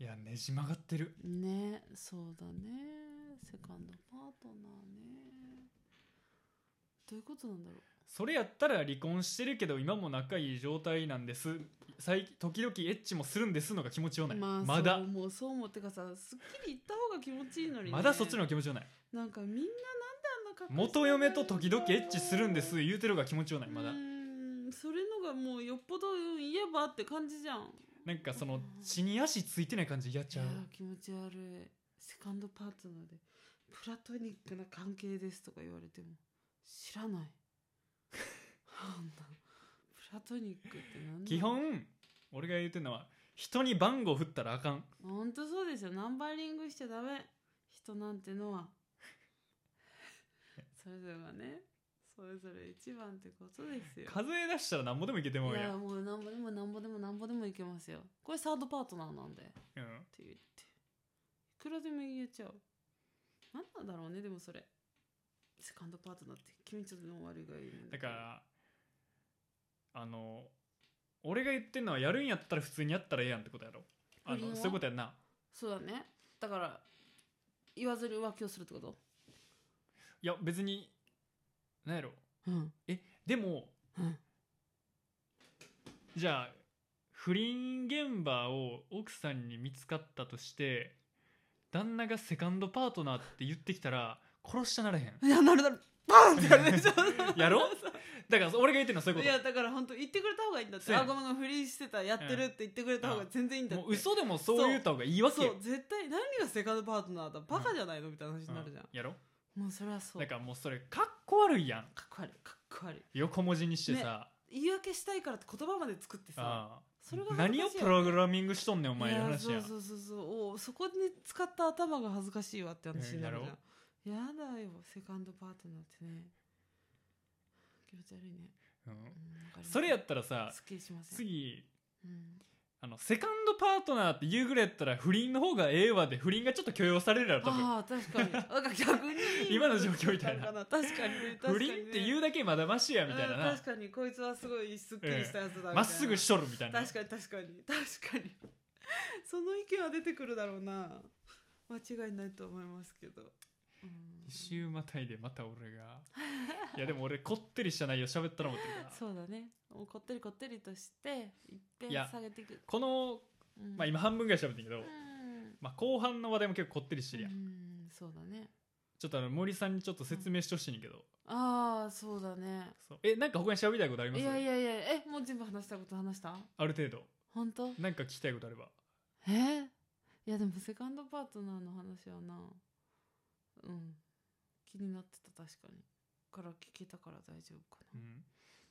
A: いやねじ曲がってる
B: ねそうだねセカンドパートナーねどういうことなんだろう
A: それやったら離婚してるけど今も仲いい状態なんです最近時々エッチもするんですのが気持ちよない、
B: まあ
A: まだ
B: そうもうそう思ってかさすっきり言った方が気持ちいいのに、ね、
A: まだそっちの方が気持ちよない
B: なんかみんななんであんな格好して
A: 元嫁と時々エッチするんです言うてる方が気持ちよないうまだ
B: ーんそれのがもうよっぽど言えばって感じじゃん
A: なんかその血に足ついてない感じやっ
B: い
A: ちゃ
B: や
A: う
B: ー気持ち悪いセカンドパートナーでプラトニックな関係ですとか言われても知らないあんなプラトニックって何なの
A: 基本俺が言うてるのは人に番号振ったらあかん
B: ほんとそうですよナンバリングしちゃダメ人なんての はそれぞれがねそれぞれ一番ってことですよ
A: 数え出したら何ぼでもいけてもう
B: い
A: や
B: や
A: ん、
B: もうなんぼでもなんぼでもなんぼでもいけますよこれサードパートナーなんでって
A: うん、
B: 言っていくらでも言えちゃう何なんだろうねでもそれセカンドパートナーって気持ちの悪いがいい
A: だからあの俺が言ってんのはやるんやったら普通にやったらええやんってことやろあ
B: 不倫
A: の
B: は
A: そういうことやんな
B: そうだねだから言わずに浮気をするってこと
A: いや別になんやろ
B: うん
A: えでも
B: うん
A: じゃあ不倫現場を奥さんに見つかったとして旦那がセカンドパートナーって言ってきたら殺したならへん
B: いやなるなるバーンってやるでしょ
A: やろだから俺が言ってるのはそういう
B: い
A: こ
B: やだから本当言ってくれた方がいいんだって
A: そうや
B: あ
A: ねん
B: ごめんごめん不倫してたやってるって言ってくれた方が全然いいん
A: と
B: だって
A: もう嘘でもそう言った方がいいわけ
B: そう
A: よ
B: 絶対何がセカンドパートナーだバカじゃないのみたいな話になるじゃん、
A: やろ
B: もうそれはそう
A: だからもうそれかっこ悪いやん
B: かっこ悪いかっこ悪い
A: 横文字にしてさ、
B: 言い訳したいからって言葉まで作ってさ
A: ああ
B: それが
A: 何
B: 恥ずか
A: を
B: しいよね
A: プログラミングしとんねんお前の話
B: い
A: や
B: や
A: ん
B: そうそうそうそうおそこに使った頭が恥ずかしいわって話になるじゃん、やだよセカンドパートナーってね気持ち悪いね、
A: うん
B: うんわかります
A: それやったらさ
B: すっきりしません、
A: 次
B: うん
A: あのセカンドパートナーって言うぐらいやったら不倫の方がええわで不倫がちょっと許容されるやろ多分
B: ああ確かになんか逆に
A: 今の状況みたいな
B: 確かに確かにね
A: 不倫って言うだけまだましやみたいな
B: うん
A: な
B: 確かにこいつはすごいすっきりしたやつだみたいな
A: まっすぐしとるみたいな
B: 確かに確かに確かにその意見は出てくるだろうな間違いないと思いますけど、うん
A: 一周またいでまた俺 がいやでも俺こってりした内容喋ったら思ってるから
B: そうだねもうこってりこってりとしていっぺん
A: いや
B: 下げていく
A: この、
B: うん
A: まあ、今半分ぐらい喋ってんけど、
B: うん
A: まあ、後半の話題も結構こってりしてるやん、
B: うんそうだね
A: ちょっとあの森さんにちょっと説明してほしいねんけど、
B: ああそうだね
A: そうえなんか他に喋りたいことありま
B: い
A: す
B: やいやいやえもう全部話したいこと話した
A: ある程度
B: 本当
A: なんか聞きたいことあれば
B: えーいやでもセカンドパートナーの話はなうん気になってた確かにから聞けたから大丈夫か
A: う
B: な、
A: ん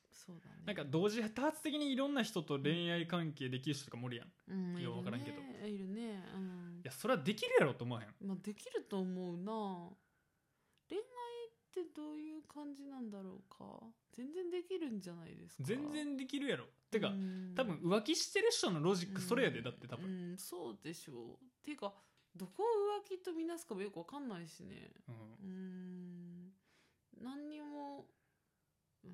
B: そうだね
A: なんか同時多発的にいろんな人と恋愛関係できる人とかもおるやんい
B: うんいる
A: よう
B: ね
A: わからんけど
B: いるねうん
A: やそれはできるやろと思わへん
B: まあできると思うな恋愛ってどういう感じなんだろうか全然できるんじゃないですか
A: 全然できるやろてか
B: うん
A: 多分浮気してる人のロジックそれやで
B: うん
A: だって多
B: う
A: 分
B: んそうでしょうていうかどこを浮気とみなすかもよくわかんないしね
A: うん
B: うーん何にも、う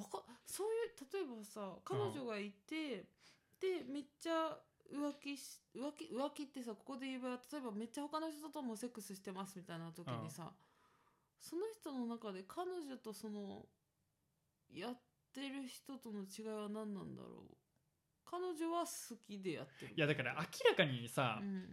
B: ん、わかそういう例えばさ彼女がいて、でめっちゃ浮気し浮気浮気ってさここで言えば例えばめっちゃ他の人ともセックスしてますみたいな時にさ、その人の中で彼女とそのやってる人との違いは何なんだろう彼女は好きでやってる
A: いやだから明らかにさ、
B: うんうんうん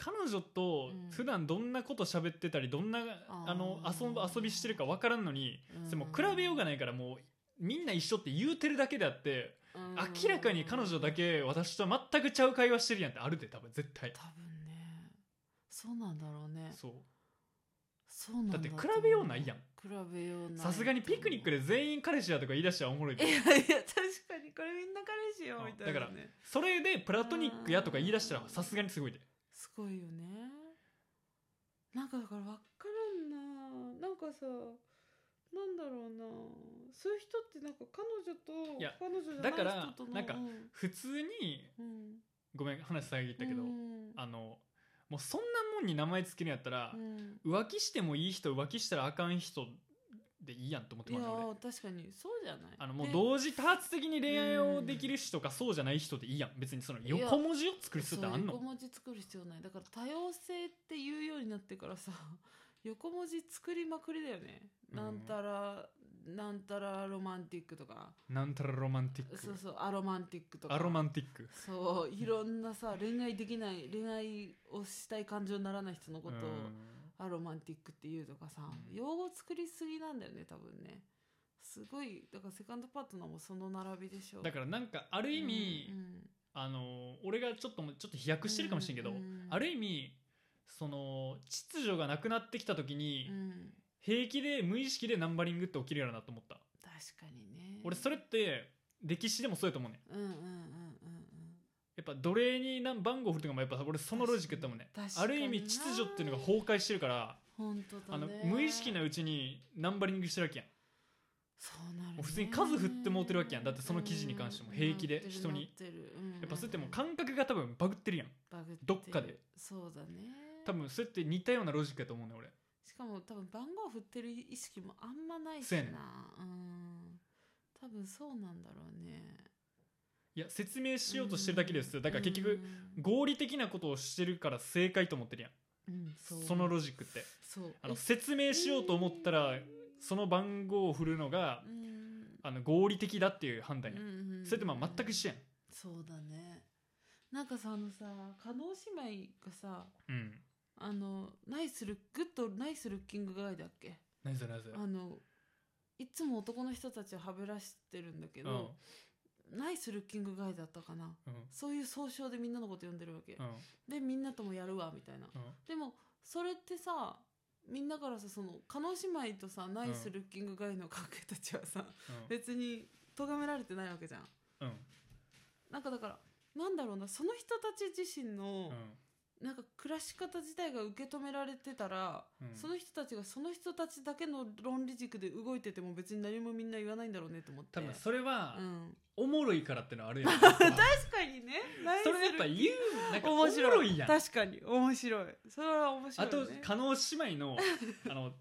A: 彼女と
B: うん
A: 普段どんなこと喋ってたりどんな、
B: あー
A: あの遊ぶ遊びしてるか分からんのに、
B: うん
A: それもう比べようがないからもうみんな一緒って言うてるだけであって、
B: うん
A: 明らかに彼女だけ私とは全くちゃう会話してるやんってあるで多分絶対
B: 多分ねそうなんだろうね
A: そう
B: そうなん
A: だ
B: だ
A: って
B: と
A: 比
B: 思う
A: べようないやん
B: 比べようない
A: さすがにピクニックで全員彼氏だとか言い出したらおもろい
B: い
A: で
B: やいや確かにこれみんな彼氏よ
A: うん
B: みたいな、ね、
A: だからそれでプラトニックやとか言い出したらさすがにすごいです
B: ごいよねなんかだから分からんななんかさなんだろうなそういう人ってなんか彼女と
A: いや
B: 彼女じゃ
A: だから
B: ない人との
A: なんか
B: うん
A: 普通に
B: うん、
A: ごめん話遮ったけど、
B: うん
A: あのもうそんなもんに名前つけるんやったら
B: う、ん
A: 浮気してもいい人浮気したらあかん人でいいやんと思って
B: いや
A: もらうね俺
B: ー確かにそうじゃない
A: あのもう
B: で
A: 同時多発的に恋愛をできる人かそうじゃない人でいいやん別にその横文字を作る必要ってあん
B: そう
A: の
B: 横文字作る必要ないだから多様性って言うようになってからさ 横文字作りまくりだよね、
A: うん
B: なんたらなんたらロマンティックとか
A: なんたらロマンティッ
B: そう
A: ク
B: そうアロマンティックとか
A: アロマンティック
B: そういろんなさ恋愛できない恋愛をしたい感情にならない人のことを
A: うん
B: アロマンティックって言うとかさ、
A: うん
B: 用語作りすぎなんだよね多分ねすごいだからセカンドパートナーもその並びでしょ
A: だからなんかある意味、
B: うんうん
A: あの俺がちょっともちょっと飛躍してるかもしれんけど、
B: うんうん
A: ある意味その秩序がなくなってきた時に、
B: うん
A: 平気で無意識でナンバリングって起きるやろなと思った
B: 確かにね
A: 俺それって歴史でもそうやと思うねん
B: うんうんうんうん
A: やっぱ奴隷に何番号振るとかもやっぱ俺そのロジックやったもんね
B: 確か
A: あ
B: に
A: る意味秩序っていうのが崩壊してるから、
B: うんうん本当
A: あ
B: だ
A: の
B: ね
A: 無意識なうちにナンバリングしてるわけやん
B: そうなる、ね、
A: もう普通に数振ってもうてるわけやんだってその記事に関しても
B: うん
A: 平気で
B: なってる
A: 人に
B: なってるうんうんうん
A: やっぱそうやってもう感覚が多分バグってるやん
B: バグてる
A: どっかで
B: そうだね
A: 多分そうやって似たようなロジックやと思うね俺
B: しかも多分番号振ってる意識もあんまないし
A: そう
B: な
A: やねん
B: うん多分そうなんだろうね
A: いや説明しようとしてるだけですよだから結局
B: うん
A: 合理的なことをしてるから正解と思ってるやん
B: うんう
A: そのロジックって
B: そう
A: あの説明しようと思ったらその番号を振るのが
B: うん
A: ああの合理的だっていう判断や、
B: うんうん
A: それってまあ全く一緒やん
B: そうだねなんかさあのさ加納姉妹がさ
A: うん
B: あのナイスルッグッドナイスルッキングガイだっけ
A: 何それ何それ
B: あのいつも男の人たちをはべらしてるんだけ
A: うん
B: ど、ナイスルッキングガイだったかな
A: うん
B: そういう総称でみんなのこと呼んでるわけ、
A: うん
B: でみんなともやるわみたいな
A: うん
B: でもそれってさみんなからさその加納姉妹とさナイスルッキングガイの関係たちはさ、別に咎められてないわけじゃん
A: うん
B: なんかだからなんだろうなその人たち自身の
A: うん、
B: なんか暮らし方自体が受け止められてたら、
A: うん
B: その人たちがその人たちだけの論理軸で動いてても別に何もみんな言わないんだろうねと思って
A: 多分それは
B: う、ん、
A: おもろいからってのはあるやん確かに
B: 確かにね
A: それやっぱ言うなんかおも
B: 面白い
A: ろいやん
B: 確かに面白いそれは面白
A: あ
B: い、ね、
A: と加納姉妹のあの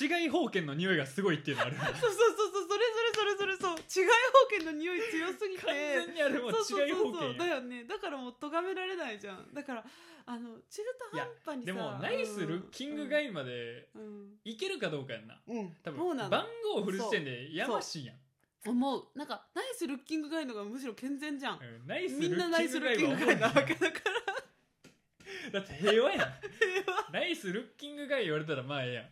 A: 違い保険の匂いがすごいっていうのあ る
B: そうそうそうそうそれそれそれそれそう違い保険の匂い強すぎて
A: 完全にあ れもう
B: そうそう
A: 違い保
B: そう
A: 険
B: そうだ
A: や
B: よねだからもう咎められないじゃんだからあの中途半端にさ
A: でもナイスルッキングガイまで
B: うん、
A: いけるかどうかやんな
B: うん、
A: 多
B: そう
A: 分
B: な
A: 番
B: の
A: 号を振る時点でやましいやん
B: 思うなんかナイスルッキングガイのがむしろ健全じゃん、
A: うんナイス
B: み
A: ル
B: んなナイ
A: ッキ
B: ス
A: ン
B: ルッキ
A: グ
B: ング
A: ガ
B: ガ
A: イ
B: イな
A: は
B: わ
A: 思う
B: けだから
A: だって平和やんナイスルッキングガイ言われたらまあええやん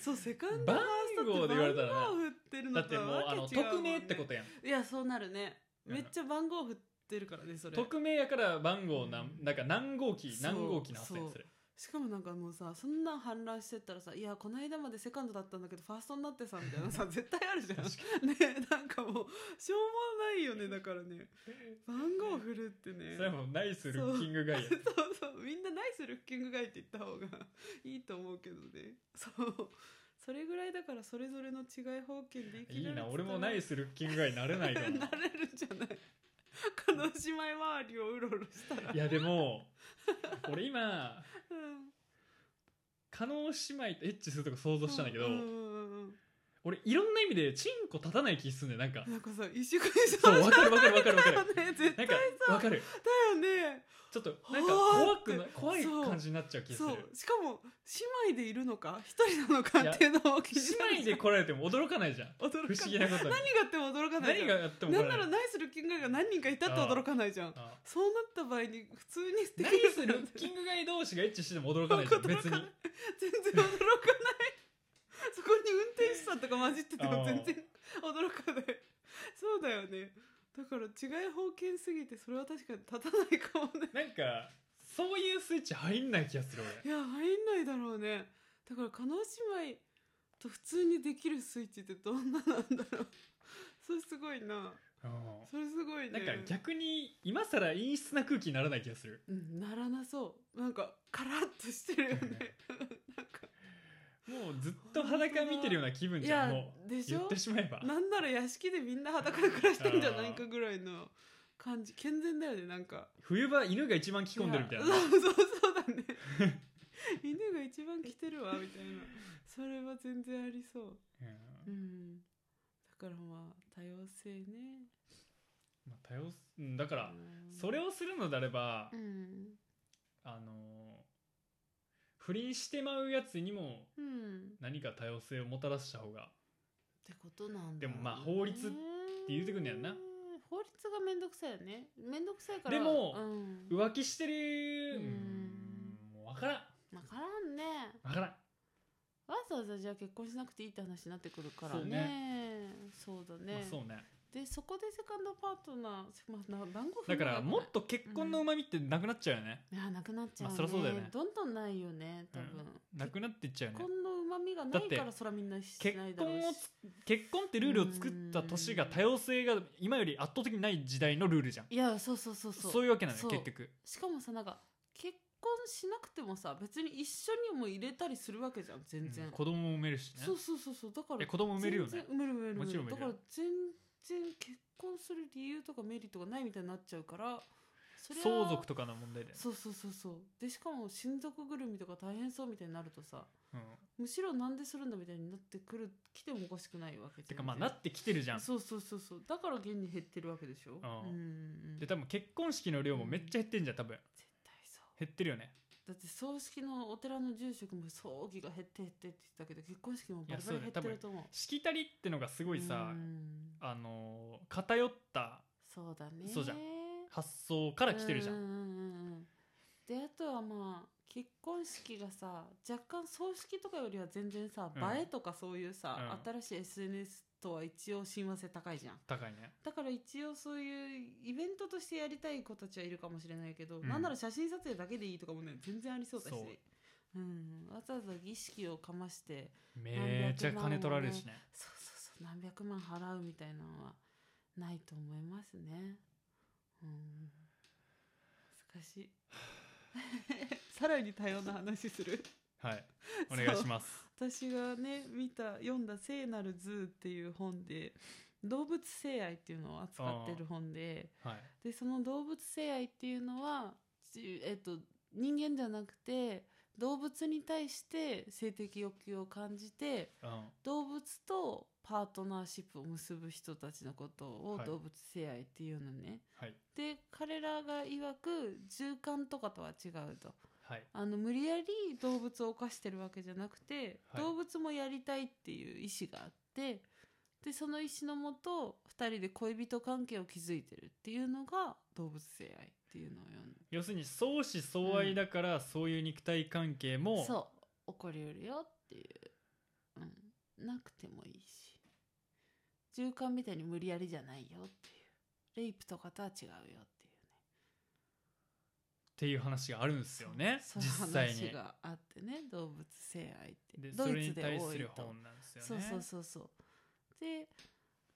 B: そうセカンド
A: 番
B: ファーストって
A: 号で言われたらな
B: 番号振ってる
A: だ
B: の
A: って
B: とは
A: もうあ
B: わ
A: の
B: け違うも
A: 匿
B: ん、ね、
A: 名ってことやん
B: いやそうなるね
A: うん
B: めっちゃ番号振ってるからねそれ
A: 匿名やから番号なんなんか何号機
B: そう
A: 何号機の発生それ
B: しかもなんかもうさそんなん氾濫してったらさ「いやこの間までセカンドだったんだけどファーストになってさ」みたいな さ絶対あるじゃん
A: 確
B: ねなんかもうしょうもないよねだからね番号振るってね
A: それはもうナイスルッキングガイやん
B: そうそうみんなナイスルッキングガイって言った方がいいと思うけどねそうそれぐらいだからそれぞれの違い方権で生き
A: い
B: ら
A: い
B: れ
A: な
B: てたら
A: 俺もナイスルッキングガイになれないかな
B: なれるんじゃないこの姉妹周りをうろうろしたら
A: いやでも俺今
B: うん
A: 加納姉妹とエッチするとこ想像したんだけど、
B: うんうんうんうん
A: 俺いろんな意味でチンコ立たない気すんねんなんか
B: なんかさ一週間
A: そ
B: そう
A: わかるわかるわかるわかる
B: だよね絶
A: な
B: 対
A: んかわかる
B: だよね
A: ちょっとなんか怖くな怖い感じになっちゃう気す
B: そう
A: る
B: しかも姉妹でいるのか一人なのかっていうのも気になる
A: 姉妹で来られても驚かないじゃん
B: 驚かな
A: 不
B: い
A: 思議なことに
B: 何があっても驚かないじゃ
A: 何
B: ん
A: がやっても
B: な
A: 来ら
B: んな
A: れ
B: ら
A: る
B: ナイスルッキングガイが何人かいたって驚かないじゃん
A: あ
B: そうなった場合に普通に素敵
A: ナイスルッキングガイ同士がエッチしても驚かない じゃん
B: 驚
A: 別
B: か
A: に
B: ない全然驚かないそこに運転手さんとか混じってても全然驚かないそうだよねだから違い封建すぎてそれは確かに立たないかもね
A: なんかそういうスイッチ入んない気がする俺
B: いや入んないだろうねだから叶姉妹と普通にできるスイッチってどんななんだろうそれすごいな
A: うん
B: それすごいね
A: なんか逆に今更陰湿な空気にならない気がする
B: うん、ならなそうなんかカラッとしてるよねなんか
A: もうずっと裸見てるような気分
B: い
A: じゃん
B: や
A: もう
B: でし
A: 言っ
B: ょ
A: てしまえば
B: なんなら屋敷でみんな裸で暮らしてんじゃないかぐらいの感じ健全だよねなんか
A: 冬場犬が一番着込んでるみたいな
B: やそうそうそうだね 犬が一番着てるわみたいなそれは全然ありそう
A: うん
B: うんだからまあ多様性ね
A: まあ多様すうんだから
B: うん
A: それをするのであれば
B: うん
A: あのー不倫してまうやつにも
B: うんっ
A: 何か多様性をもたらした方が
B: てことなん
A: で
B: だ
A: もまあ法律って言うてくんねやんな
B: 法律がめんどくさいよねめんどくさいから
A: でも
B: うん、
A: 浮気してる
B: う
A: うんんもう分からん
B: まあ、からんね
A: 分からん
B: わざわざじゃあ結婚しなくていいって話になってくるからね
A: そう
B: そうだ
A: まあ
B: ね、
A: そうね
B: でそこでセカンドパートナーせまあ、な番号
A: だからも
B: と
A: っと結婚のうまみってなくなっちゃうよね
B: いやなくなっちゃう
A: ま
B: ね,、
A: あそりゃそうだよね
B: どんどんないよね多分、
A: なくなっていっちゃうよね
B: 結婚のうまみがな
A: だっ
B: い
A: て
B: からそらみんなし
A: 結
B: ないだろうし
A: 婚をつ結婚ってルールを作った年が
B: うん
A: 多様性が今より圧倒的にない時代のルールじゃん
B: いやそうそうそうそ
A: そうういうわけなのよ
B: そう
A: 結局
B: しかもさなんか結婚しなくてもさ別に一緒にも入れたりするわけじゃん全然、
A: うん子供も産めるしね
B: そうそうそうそうだから
A: え子供産めるよね
B: 全然埋める埋める埋める
A: もちろん埋め
B: だ
A: る
B: から全然結婚する理由とかメリットがないみたいになっちゃうからそれは
A: 相続とかの問題で、
B: そうそうそうそうでしかも親族ぐるみとか大変そうみたいになるとさ
A: うん、
B: むしろなんでするんだみたいになってくる来てもおかしくないわけ
A: て
B: じゃん
A: かまあなってきてるじゃん
B: そうそうそうそうだから現に減ってるわけでしょ
A: ああ
B: うんうん
A: で多分結婚式の量もめっちゃ減ってんじゃん多分
B: 絶対そう
A: 減ってるよね
B: だって葬式のお寺の住職も葬儀が減って減ってって言ってたけど結婚式もバリバリ減ってると思う
A: しきたりってのがすごいさ、
B: うん
A: あのー偏った
B: そうだね
A: そうじゃん発想から来てるじゃん、
B: うううんうんであとはまあ結婚式がさ若干葬式とかよりは全然さ、
A: うん
B: 映えとかそういうさ、
A: う
B: 新しい SNS とは一応親和性高いじゃん
A: 高いね
B: だから一応そういうイベントとしてやりたい子たちはいるかもしれないけど、
A: うん
B: なんなら写真撮影だけでいいとかもね全然ありそうだし
A: そう
B: うん、わざわざ儀式をかまして
A: めちゃ金取られるしね
B: そうそうそう何百万払うみたいなのはないと思いますねうん難しい さらに多様な話する
A: はいお
B: そう
A: 願いします
B: 私がね見た読んだ「聖なるズー」っていう本で動物性愛っていうのを扱ってる本で
A: はい
B: でその動物性愛っていうのは、じえっと、人間じゃなくて動物に対して性的欲求を感じて
A: うん
B: 動物とパートナーシップを結ぶ人たちのことを
A: はい
B: 動物性愛っていうのね、
A: はい
B: で彼らが曰く従姦とかとは違うと
A: はい
B: あの無理やり動物を犯してるわけじゃなくて、
A: はい
B: 動物もやりたいっていう意思があってでその意思のもと2人で恋人関係を築いてるっていうのが動物性愛っていうのを読んで
A: 要するに相思相愛だから、そういう肉体関係も
B: そう起こりうるよっていう、うん、なくてもいいし循環みたいに無理やりじゃないよっていうレイプとかとは違うよっていうね
A: っていう話があるんですよね
B: そう
A: 実
B: そう
A: 際に
B: 話があってね動物性愛って
A: で
B: ド
A: それ
B: イ
A: に
B: ツで多
A: 対
B: い
A: する
B: と
A: 本なんです
B: そ
A: よ
B: う
A: ね
B: そうそうそうで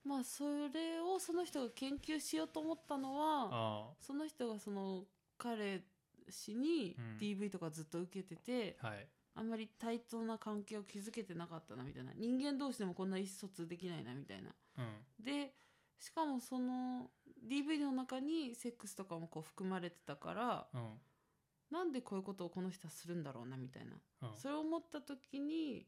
B: まあそれをその人が研究しようと思ったのは
A: あ
B: その人がその彼氏に
A: うん
B: DV とかずっと受けてて、
A: あはい
B: あんまり対等な関係を築けてなかったなみたいな人間同士でもこんな意思疎通できないなみたいな
A: うん
B: でしかもその DV の中にセックスとかもこう含まれてたから
A: うん
B: なんでこういうことをこの人はするんだろうなみたいな
A: うん
B: それを思った時に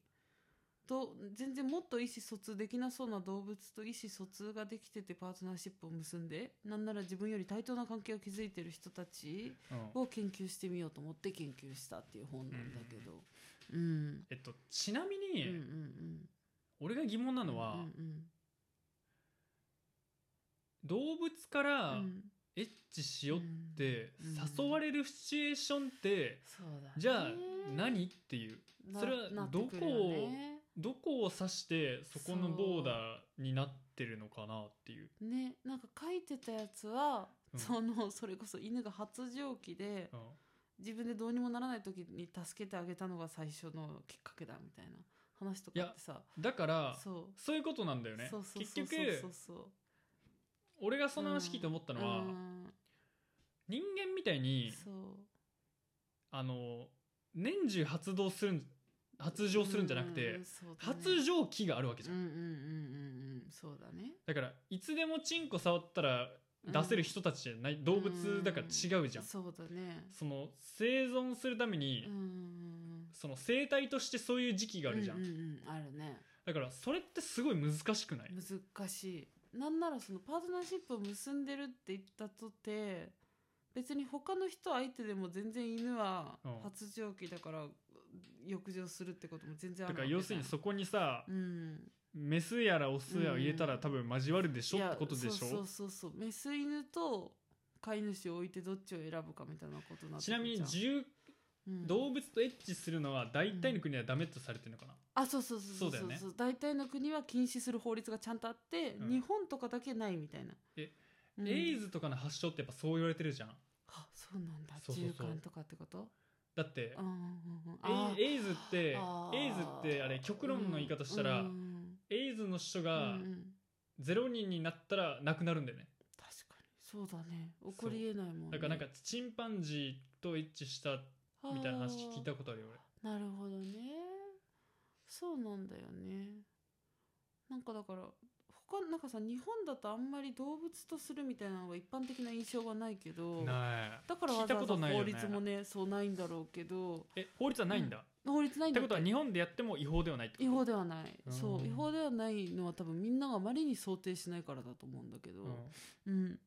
B: ど全然もっと意思疎通できなそうな動物と意思疎通ができててパートナーシップを結んでなんなら自分より対等な関係を築いてる人たち
A: うん
B: を研究してみようと思って研究したっていう本なんだけどうん
A: えっとちなみ
B: うんう
A: に、
B: んうん
A: 俺が疑問なのは、
B: うんうん
A: 動物から
B: うん
A: エッチしようっ
B: うん
A: て
B: うん
A: 誘われるシチュエーションって、
B: そうだね
A: じゃあ何っていう
B: な
A: それは
B: なってくるよね
A: どこを指してそこのボーダーになってるのかなっていう
B: ねなんか書いてたやつは、
A: うん
B: そのそれこそ犬が発情期で
A: うん
B: 自分でどうにもならない時に助けてあげたのが最初のきっかけだみたいな話とかってさ
A: だから
B: そ
A: そういうことなんだよ
B: う,、
A: ね
B: そうそう
A: 結
B: そうそう
A: 局
B: そうそう
A: 俺がその話聞いて思ったのは、
B: うん
A: 人間みたいに
B: そう
A: あの年中発動するん発情するんじゃなくて、
B: うんうんそうだね
A: 発情期があるわけじ
B: う
A: ゃ
B: ん
A: ん、
B: うんうんうんうんそうだね
A: だからいつでもチンコ触ったら出せる人たちじゃない、動物だから違うじゃん、
B: そうだね
A: その生存するために、
B: うんうんうん
A: その生態としてそういう時期があるじゃん、
B: うんうんうんあるね
A: だからそれってすごい難しくない、
B: 難しいなんならそのパートナーシップを結んでるって言ったとて別に他の人相手でも全然犬は
A: うん
B: 発情期だから浴場するってことも全然あ
A: だ
B: る
A: から要するにそこにさ、
B: うん、
A: メスやらオスやを入れた
B: う
A: ら
B: ん
A: 多分交わるでしょ
B: い
A: っ
B: や
A: てことでし
B: そうそう
A: ょ
B: そうそうメス犬と飼い主を置いてどっちを選ぶかみたいなことなってくる
A: ちなみに
B: じ
A: 獣
B: ゃんうん
A: 動物とエッチするのは大体の国ではダメとされてるのかな、
B: あそうそう
A: そ
B: そうそう
A: うだよね
B: 大体の国は禁止する法律がちゃんとあって、
A: うん
B: 日本とかだけないみたいな
A: え、
B: うん
A: エイズとかの発祥ってやっぱそう言われてるじゃん
B: あそうなんだ
A: そうそうそう
B: 中間とかってこと
A: だって
B: うんうんうんうんあ
A: エイエイズってエイズ
B: あー
A: ってあれ極論の言い方したら、
B: うんうん
A: エイズの人
B: うん
A: が
B: うん
A: 0人になったら亡くなるんだよね
B: 確かにそうだね起こりえないもん、ね、
A: だからなんかチンパンジーとエッチしたみたいな話聞いた
B: あ
A: ことあるよ俺
B: ーなるほどねそうなんだよねなんかだから他なんかさ日本だとあんまり動物とするみたいなのが一般的な印象はないけど
A: な
B: だから
A: 聞
B: わ
A: いた
B: ざ
A: こ
B: わ
A: と
B: ざ
A: ないよ
B: 法
A: ね
B: 律もねそうないんだろうけど
A: いえ法律はないんだ、
B: 法律ないん
A: っ
B: だ
A: て
B: っ
A: こ
B: て
A: とは日本でやっても違法ではないってこと
B: 違法ではない、
A: うん
B: そう違法ではないのは多分みんながあまりに想定しないからだと思うんだけど、
A: うん
B: うん、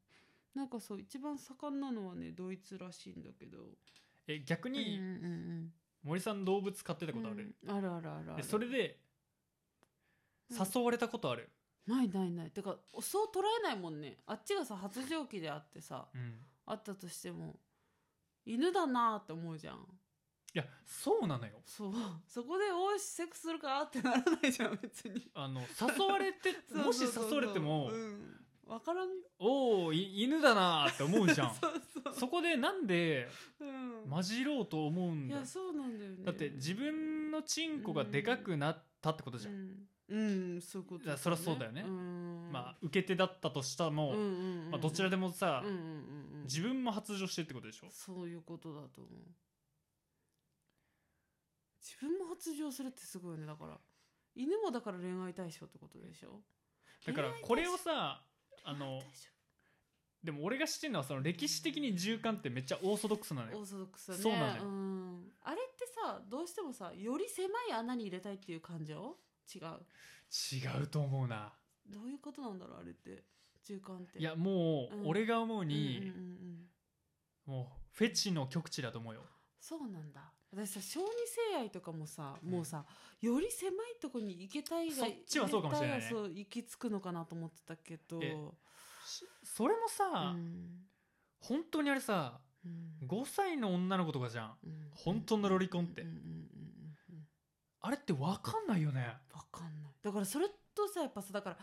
B: なんかそう一番盛んなのはねドイツらしいんだけど
A: え逆
B: うん
A: に
B: うんうん
A: 森さん動物飼ってた
B: う
A: こ
B: ん
A: とある、
B: うんあるあるあるあ
A: で
B: る
A: それで
B: うん
A: 誘われたことある、
B: ないないないてかそう捉えないもんねあっちがさ発情期であってさ
A: うん
B: あったとしても犬だなって思うじゃん
A: いやそうなのよ
B: そうそこで「おいしセックスするか?」ってならないじゃん別に
A: あ の誘われて
B: そう
A: もし
B: そうそうそう
A: 誘われても、
B: うん、分からんよ
A: おおい犬だなーって思うじゃん
B: そうそう
A: そこでなんで
B: うん
A: 混じろうと思うん
B: い
A: だよ
B: やそうなんだよね
A: だって自分のチンコがでかくなったってことじゃん、
B: うん、うん、そういうこと
A: だからそりゃそうだよね
B: うん
A: まあ受け手だったとしたも、
B: うんうんうん
A: まあ、どちらでもさ、
B: うんうんうんうん
A: 自分も発情してってことでしょ
B: そういうことだと思う自分も発情するってすごいよねだから犬もだから恋愛対象ってことでしょ
A: だから
B: 恋愛対象
A: これをさあの
B: 対象
A: でも俺が知ってるのはその歴史的に銃艦ってめっちゃオーソドックスなのよ
B: オーソドックスだね
A: そうなのよ
B: んあれってさどうしてもさより狭い穴に入れたいっていう感情違う
A: 違うと思うな
B: どういうことなんだろうあれって中間って
A: いやもう
B: うん
A: 俺が思う
B: うんうんうん
A: に、
B: うん
A: もうフェチの極致だと思うよ
B: そうなんだ私さ小児性愛とかもさもうさより狭いとこに行けたいが
A: そっちはそうかもしれないね
B: 行けたらそう行き着くのかなと思ってたけど
A: えしそれもさ、
B: うん
A: 本当にあれさ
B: うん
A: 5歳の女の子とかじゃん
B: うん
A: 本当のロリコンって
B: うんうんうんうんうん
A: あれって分かんないよね
B: わかんないだからそれとさやっぱさだから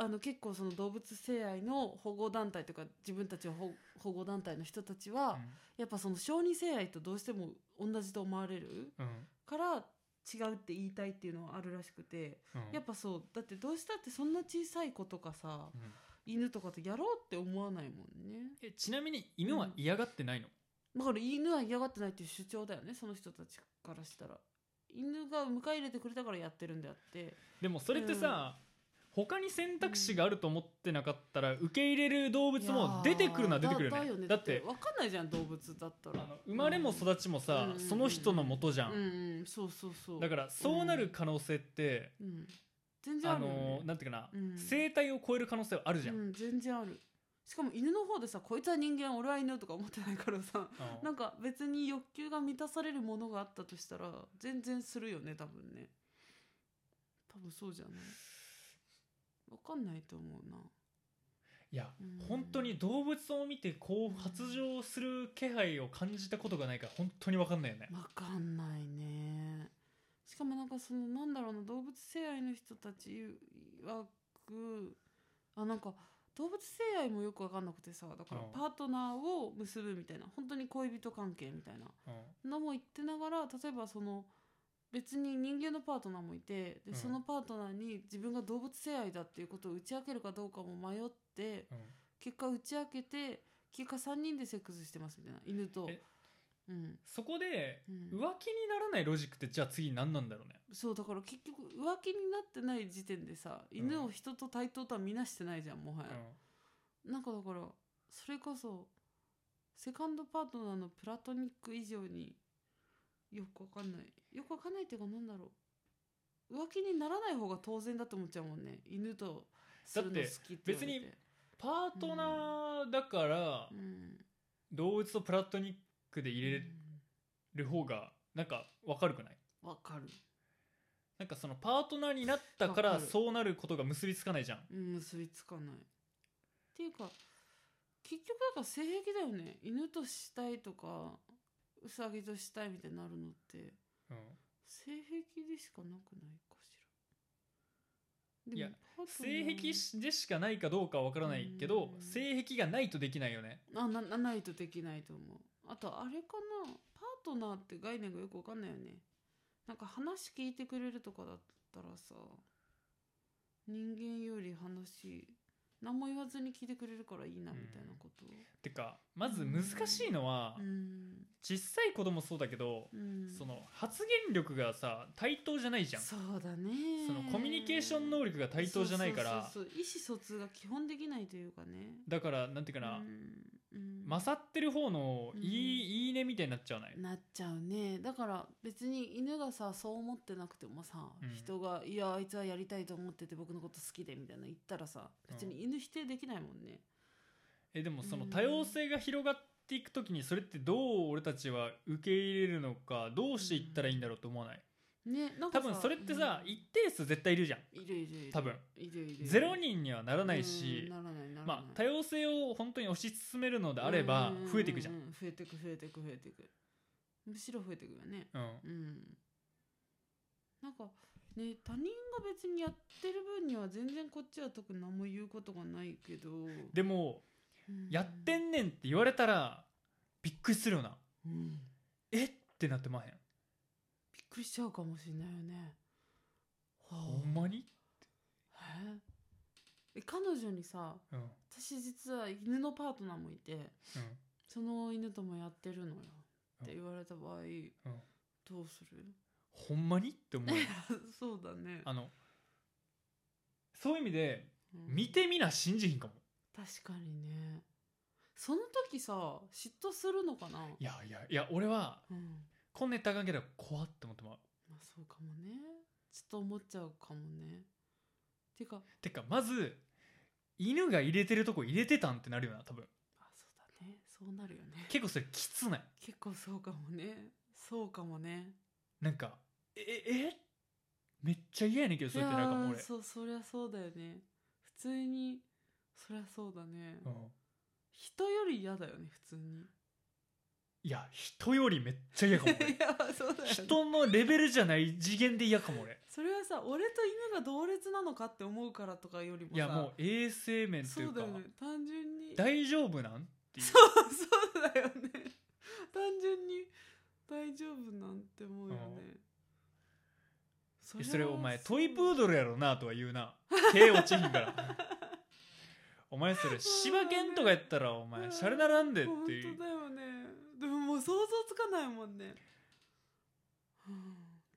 B: あの結構その動物性愛の保護団体とか自分たちを保保護団体の人たちは、やっぱその小児性愛とどうしても同じと思われる
A: うんうん
B: から違うって言いたいっていうのはあるらしくて、
A: うん
B: やっぱそうだってどうしたってそんな小さい子とかさ
A: うん
B: 犬とかとやろうって思わないもんね
A: えちなみに犬は嫌がってないの、
B: だから犬は嫌がってないっていう主張だよねその人たちからしたら犬が迎え入れてくれたからやってるんであって
A: でもそれってさ、他に選択肢があると思ってなかったら受け入れる動物も出てくるのは出てくるよ
B: いやーだ
A: ね
B: だよね
A: だ
B: だ
A: っ
B: っ
A: て
B: て分かんないじゃん動物だった
A: あ
B: ら
A: の生まれも育ちもさ、
B: うん
A: その人のもとじゃん、
B: うんうんそうそうそう、
A: だかららそうなる可能性って、
B: うん、全然あ
A: あ
B: るよ、ね
A: の、なんていうかな、
B: うん
A: 生態を超える可能性はあるじゃん、
B: うん、全然あるしかも犬の方でさこいつは人間俺は犬とか思ってないからさ
A: うん
B: なんか別に欲求が満たされるものがあったとしたら全然するよね多分ね多分そうじゃない分かんないと思うない
A: や、
B: うん
A: 本当に動物を見てこう発情する気配を感じたことがないから本当に分かんないよね、
B: わかんないねしかもなんかそのなんだろうな動物性愛の人たちいわくあなんか動物性愛もよくわかんなくてさだから
A: うん
B: パートナーを結ぶみたいな本当に恋人関係みたいな
A: うん
B: のも言ってながら例えばその別に人間のパートナーもいてで、
A: うん
B: そのパートナーに自分が動物性愛だっていうことを打ち明けるかどうかも迷って
A: うん
B: 結果打ち明けて結果3人でセックスしてますみたいな犬と
A: え。
B: うん
A: そこで
B: うん
A: 浮気にならないロジックってじゃあ次何なんだろうね
B: そうだから結局浮気になってない時点でさ犬を人と対等とは見なしてないじゃんもはや、なんかだからそれこそセカンドパートナーのプラトニック以上によくわかんないよくわかんないっていうかなんだろう浮気にならない方が当然だと思っちゃうもんね犬とするの好きって言われ
A: だってパートナーだから
B: うん
A: 動物とプラトニックで入れる方がなんか分かるくない
B: うんわかる、
A: なんかそのパートナーになったか
B: わ
A: ら
B: かる
A: そうなることが結びつかないじゃん
B: うん、結びつかないっていうか結局だから性癖だよね犬としたいとかウサギとしたいみたいになるのって
A: うん
B: 性癖でしかなくないかしら
A: いや
B: パートナ
A: 性
B: ー
A: 癖でしかないかどうかは分からないけど
B: うん
A: 性癖がないとできないよね
B: あななないとできないと思うあとあれかなパートナーって概念がよくわかんないよねなんか話聞いてくれるとかだったらさ人間より話何も言わずに聞いてくれるからいいなみたいなこと
A: てかまず難しいのは
B: うん、
A: 小さい子供もそうだけど
B: うん、
A: その発言力がさ対等じゃないじゃんそ
B: そうだね
A: のコミュニケーション能力が対等じゃないから
B: そうそうそうそう意思疎通が基本できないというかね
A: だからなんていうかな
B: うんうん
A: 勝ってる方のいい,、
B: うん
A: いいねみたいになっちゃわない、
B: なっちゃうねだから別に犬がさそう思ってなくてもさ、
A: うん
B: 人が「いやあいつはやりたいと思ってて僕のこと好きで」みたいな言ったらさ別に犬否定できないもんね、
A: えでもその
B: うん
A: 多様性が広がっっていく時にそれってどう俺たちは受け入れるのかどうしていったらいいんだろうと思わない
B: ねな
A: 多
B: んかさ
A: 分それってさ、一定数絶対いるじゃん
B: うんいるいるいる
A: 多分
B: いるいる
A: ゼロ人にはならない
B: うん
A: し
B: ならないならない
A: まあ多様性を本当に推し進めるのであれば
B: うん
A: 増えていくじゃん
B: ううう増えてく増えてく増えてくむしろ増えてくよね
A: うん
B: うんなんかね他人が別にやってる分には全然こっちは特に何も言うことがないけど、
A: でも
B: うん
A: やってんねんって言われたらびっくりするよな
B: うん、びっ
A: えってなってまへん
B: くりしちゃうかもしれないよね
A: ほんまに
B: へええ彼女にさ
A: うん
B: 私実は犬のパートナーもいてその犬ともやってるのよって言われた場合、どうする
A: ほんまにって思う
B: そうだね
A: あのそういう意味で
B: うん
A: 見てみな信じひんかも
B: 確かにねその時さ嫉妬するのかない
A: やいやいや俺は
B: うん
A: こんなに高ければ怖って思ってまう
B: まあそうかもねちょっと思っちゃうかもねてか
A: てかまず犬が入れてるとこ入れてたんってなるよな多分
B: あそうだねそうなるよね
A: 結構それきつない
B: 結構そうかもねそうかもね
A: なんかええめっちゃ嫌やねんけどそれってなんかもう
B: いや
A: 俺
B: ーそうそりゃそうだよね普通にそりゃそうだね、
A: うん
B: 人より嫌だよね普通に
A: いや人よりめっちゃ嫌かも
B: いやそうだよ、
A: 俺
B: ね、
A: 人のレベルじゃない次元で嫌かも俺
B: それはさ俺と犬が同列なのかって思うからとかよりもさ
A: いやもう衛生面とい
B: そううだ
A: か
B: よね単純に
A: 大丈夫なんっていう
B: そうだよね単純に大丈夫なんて思うよねそ
A: えそれお前トイプ
B: ー
A: ードルやろなとは言うな手落ちひんからお前それ柴犬とかやったらお前シャレならんでってい
B: 本
A: う
B: 当だよねでももう想像つかないもんね、うん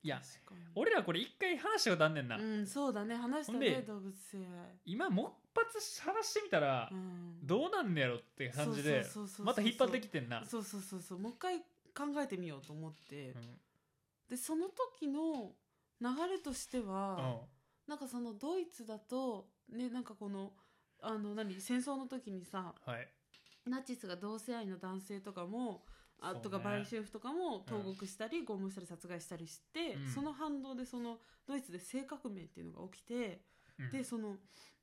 A: いや
B: 確かに
A: 俺らこれ一回話したことあんねんな、
B: うんそうだね話した
A: ほんで
B: ね動物性愛
A: 今もっぱつ話してみたら
B: うん
A: どうなんねやろって感じで
B: そうそうそうそう
A: また引っ張ってきてんな
B: そうそうそうそうもう一回考えてみようと思って、
A: うん
B: でその時の流れとしては、なんかそのドイツだとねなんかこのあの何戦争の時にさ
A: うんはい
B: ナチスが同性愛の男性とかもあ、
A: そうね
B: とか売春婦とかも投獄したり、拷問したり殺害したりして、
A: うん
B: その反動でそのドイツで性革命っていうのが起きて、
A: うん
B: でその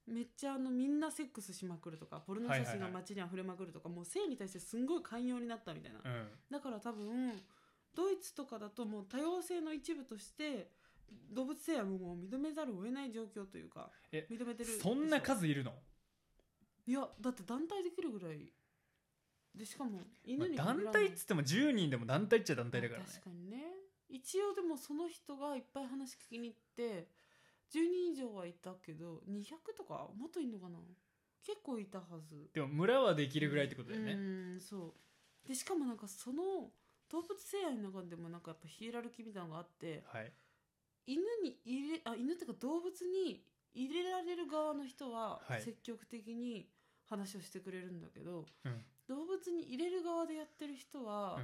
B: めっちゃあのみんなセックスしまくるとかポルノ写
A: はい
B: 真
A: はいは
B: が
A: い
B: 街に溢れまくるとか、もう性に対してすんごい寛容になったみたいな
A: うん
B: だから多分ドイツとかだともう多様性の一部として動物性愛ももう認めざるを得ない状況というか
A: え
B: 認めてるでしょ
A: そんな数いるの、
B: いやだって団体できるぐらいでしかも
A: ま
B: 犬
A: あ
B: に
A: 団
B: 限らない
A: 体っつっても10人でも団体っちゃ団体だからね
B: まあ確かにね一応でもその人がいっぱい話聞きに行って10人以上はいたけど200とかもっといんのかな結構いたはず
A: でも村はできるぐらいってことだよ
B: う
A: ね
B: んそうでしかもなんかその動物性愛の中でもなんかやっぱヒエラルキーみたいなのがあって
A: はい
B: 犬に入れあ犬っていうか動物に入れられる側の人は
A: はい
B: 積極的に話をしてくれるんだけど、
A: うん
B: 動物に入れる側でやってる人は、
A: うん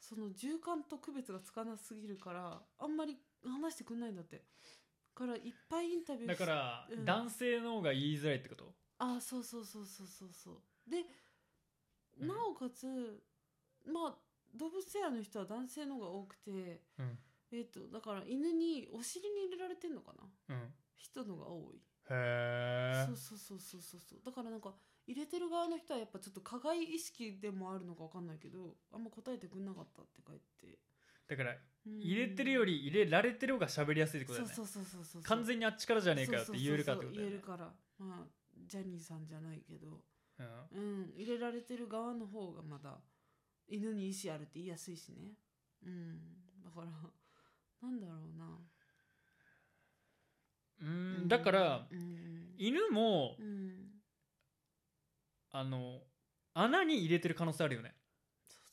B: その従感と区別がつかなすぎるからあんまり話してくんないんだってからいっぱいインタビュー
A: だ
B: し
A: から、
B: うん
A: 男性の方が言いづらいってこと
B: あそうそうそうそうそうそうで、
A: うん
B: なおかつまあ動物性愛の人は男性の方が多くて
A: うん
B: えっ、とだから犬にお尻に入れられてんのかな
A: うん
B: 人のが多い
A: へえ
B: そうそうそうそうそうそうだからなんか入れてる側の人はやっぱちょっと加害意識でもあるのかわかんないけどあんま答えてくんなかったって書いて
A: だから
B: うん
A: 入れてるより入れられてる方が喋りやすいってことだ
B: そ
A: よ
B: う
A: ね
B: そうそうそうそう
A: 完全にあっちからじゃねえかよって言えるかってことだ
B: そうそうそう言
A: よ
B: え
A: ね
B: るからまあジャニーさんじゃないけど
A: うん
B: うん入れられてる側の方がまだ犬に意思あるって言いやすいしねうんだからなんだろうな
A: うーん
B: うん
A: だから
B: うん
A: 犬も、
B: うん
A: あの穴に入れてる可能性あるよね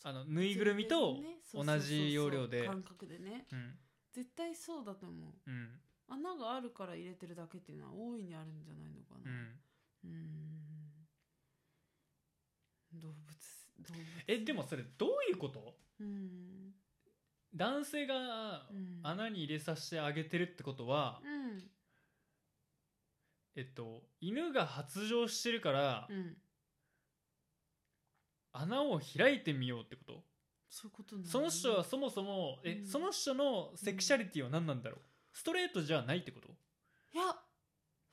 A: あのぬ
B: ぬ
A: いぐるみと、同じ要領で
B: 感覚でね
A: うん
B: 絶対そうだと思う
A: うん
B: 穴があるから入れてるだけっていうのは大いにあるんじゃないのか
A: う
B: な、
A: ん
B: うん動物動物
A: えでもそれどういうこと
B: うん
A: 男性が
B: うん
A: 穴に入れさせてあげてるってことは、
B: うん
A: えっと犬が発情してるから、
B: うん
A: 穴を開いてみようってこと
B: そういうことな
A: その人はそもそもえ、
B: うん
A: その人のセクシャリティは何なんだろうストレートじゃないってこと
B: いや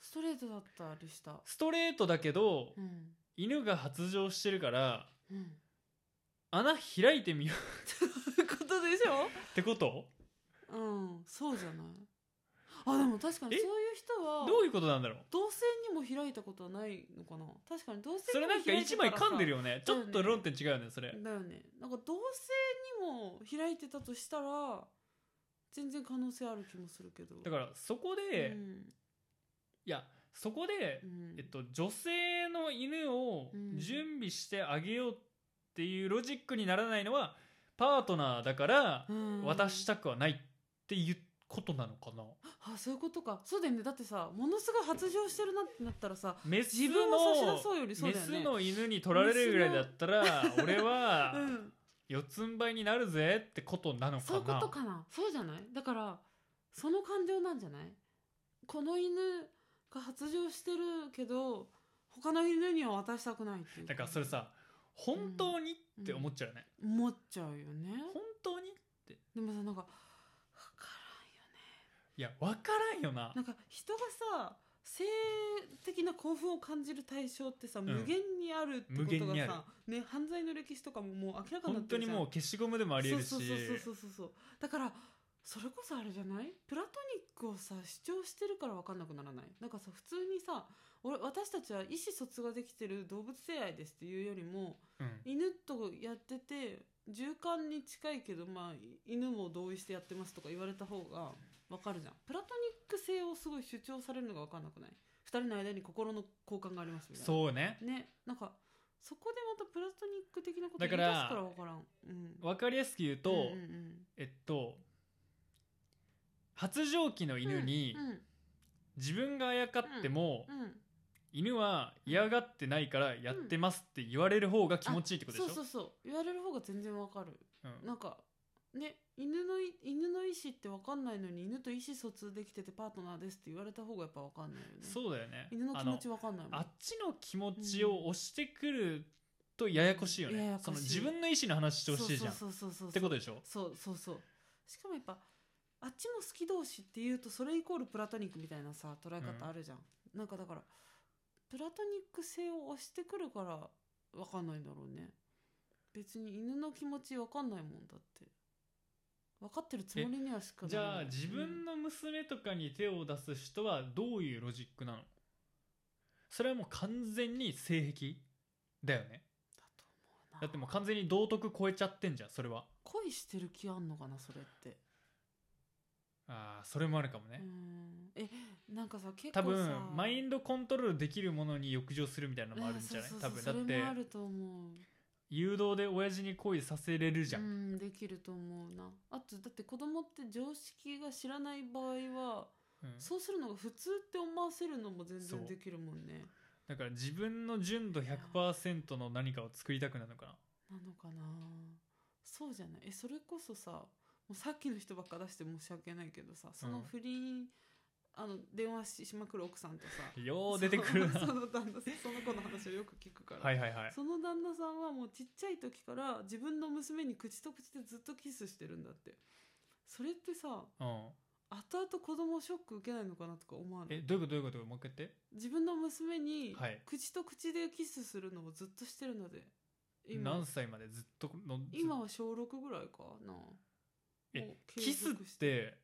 B: ストレートだったりした
A: ストレートだけど、
B: うん
A: 犬が発情してるから
B: うん
A: 穴開いてみよう
B: ことでしょ
A: ってこと
B: うんそうじゃないあでも確かに
A: え
B: そういう人は
A: どういうことなんだろう
B: 同性にも開いたことはないのかな確かに同性
A: そ
B: に
A: れ
B: も
A: なんか
B: 開い
A: 一
B: てた
A: 枚
B: らさ
A: 噛んでるよねちょっと論点違うよねそれ
B: だよねなんか同性にも開いてたとしたら全然可能性ある気もするけど
A: だからそこで、いやそこで、えっと、女性の犬を
B: うん
A: 準備してあげようっていうロジックにならないのはパートナーだから渡したたくはないっていうことなのかな、
B: あそういうことかそうだよねだってさものすごい発情してるなってなったらさ
A: メス
B: 自分を差し
A: の
B: 出そうよりそう
A: メ
B: だよ
A: ス
B: ね
A: の犬に取られるぐらいだったら俺は
B: うん
A: 四つん這いになるぜってことなのか
B: そう
A: な
B: いうことかなそうじゃないだからその感情なんじゃないこの犬が発情してるけど他の犬には渡したくないっていう
A: だからそれさ本当にって思っちゃうよね、
B: 思っちゃうよね
A: 本当に
B: でもさなんかわからんよ
A: いや分からんよな
B: なんか人がさ性的な興奮を感じる対象ってさ、
A: ん
B: 無限にあるってこと
A: 無限にあ
B: がさ、ね、犯罪の歴史とかももう明らかにな
A: 本
B: って
A: 当
B: る
A: に
B: じゃん
A: もう消しゴムでもありえるし
B: そうそうそうそうそうそうだからそれこそあれじゃないプラトニックをさ主張してるから分かんなくならないなんかさ普通にさ俺私たちは意思疎通ができてる動物性愛ですっていうよりも
A: うん
B: 犬とやってて従艦に近いけど、まあ、い犬も同意してやってますとか言われた方が分かるじゃんプラトニック性をすごい主張されるのが分かんなくない二人の間に心の交換がありますみたいな
A: そうね
B: ねなんかそこでまたプラトニック的なこと
A: だ
B: 言い
A: か
B: 出す
A: ら
B: から分からん、うん、
A: 分かりやすく言うと、
B: うんうんうん
A: えっと発情期の犬に
B: うん
A: 自分があやかっても、
B: うんうん
A: 犬は嫌がってないからやってますって言われる方が気持ちいいってことでし
B: そ
A: ょ、
B: うそうそう言われる方が全然わかる
A: うん
B: なんかね犬のい犬の意思ってわかんないのに犬と意思疎通できててパートナーですって言われた方がやっぱわかんないよね
A: そうだよね
B: 犬の気持ちわかんないもん
A: あのあっちの気持ちを押してくるとややこしいよ
B: や
A: ね、
B: やこしい
A: その自分の意思の話してほしいじゃん
B: そうそうそうそう
A: ってことでしょ
B: そうそうそうしかもやっぱあっちも好き同士っていうとそれイコールプラトニックみたいなさ捉え方あるじゃん、なんかだからプラトニック性を押してくるから分かんないんだろうね別に犬の気持ち分かんないもんだって分かってるつもりにはしかな
A: じ
B: ら
A: ゃ
B: な
A: あ
B: い
A: 自分の娘とかに手を出す人はどういうロジックなのそれはもう完全に性癖だよね
B: だと思うな
A: だってもう完全に道徳超えちゃってんじゃんそれは
B: 恋してる気あんのかなそれって
A: ああそれもあるかもね、
B: うんえなんかさ結構さ
A: 多分マインドコントロールできるものに欲情するみたいなのもあるんじゃない
B: そうそ
A: 多
B: うそう
A: 分だっ
B: それもあ
A: て
B: ると思う
A: 誘導で親父に恋させれるじゃん、
B: うんできると思うなあとだって子供って常識が知らない場合は、
A: うん
B: そうするのが普通って思わせるのも全
A: そう
B: 然できるもんね
A: だから自分の純度100%の何かを作りたくなるのかな
B: なのかなそうじゃないえそれこそさもうさっきの人ばっか出して申し訳ないけどさその不倫、あの電話ししまくる奥さんと さ
A: よう出てくる
B: そ
A: な
B: その旦那さんその子の話をよく聞くか ら、
A: はいはいはい
B: その旦那さんはもうちっちゃい時から自分の娘に口と口でずっとキスしてるんだってそれってさ
A: うん
B: 後々子供ショック受けないのかなとか思わな
A: え
B: い
A: どういうことどういうこともう一回言って
B: 自分の娘に
A: はい
B: 口と口でキスするのをずっとしてるので今
A: 何歳までずっとのず
B: 今は小6ぐらいかな
A: え
B: もう継
A: キスっ
B: 続して
A: て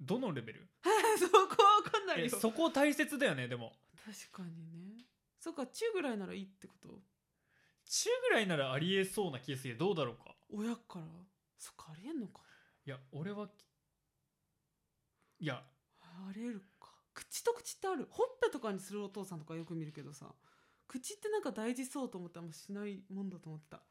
A: どのレベル
B: そこは分かんない
A: え
B: よ
A: そ
B: 確
A: こ大切だよねでも
B: かにねそっか中ぐらいならいいってこと
A: 中ぐらいならありえそうな気がするけどどうだろうか
B: 親からそっかありえんのか
A: いや俺はいや
B: ありえるか口と口ってあるほっぺとかにするお父さんとかよく見るけどさ口ってなんか大事そうと思ってあんましないもんだと思ってた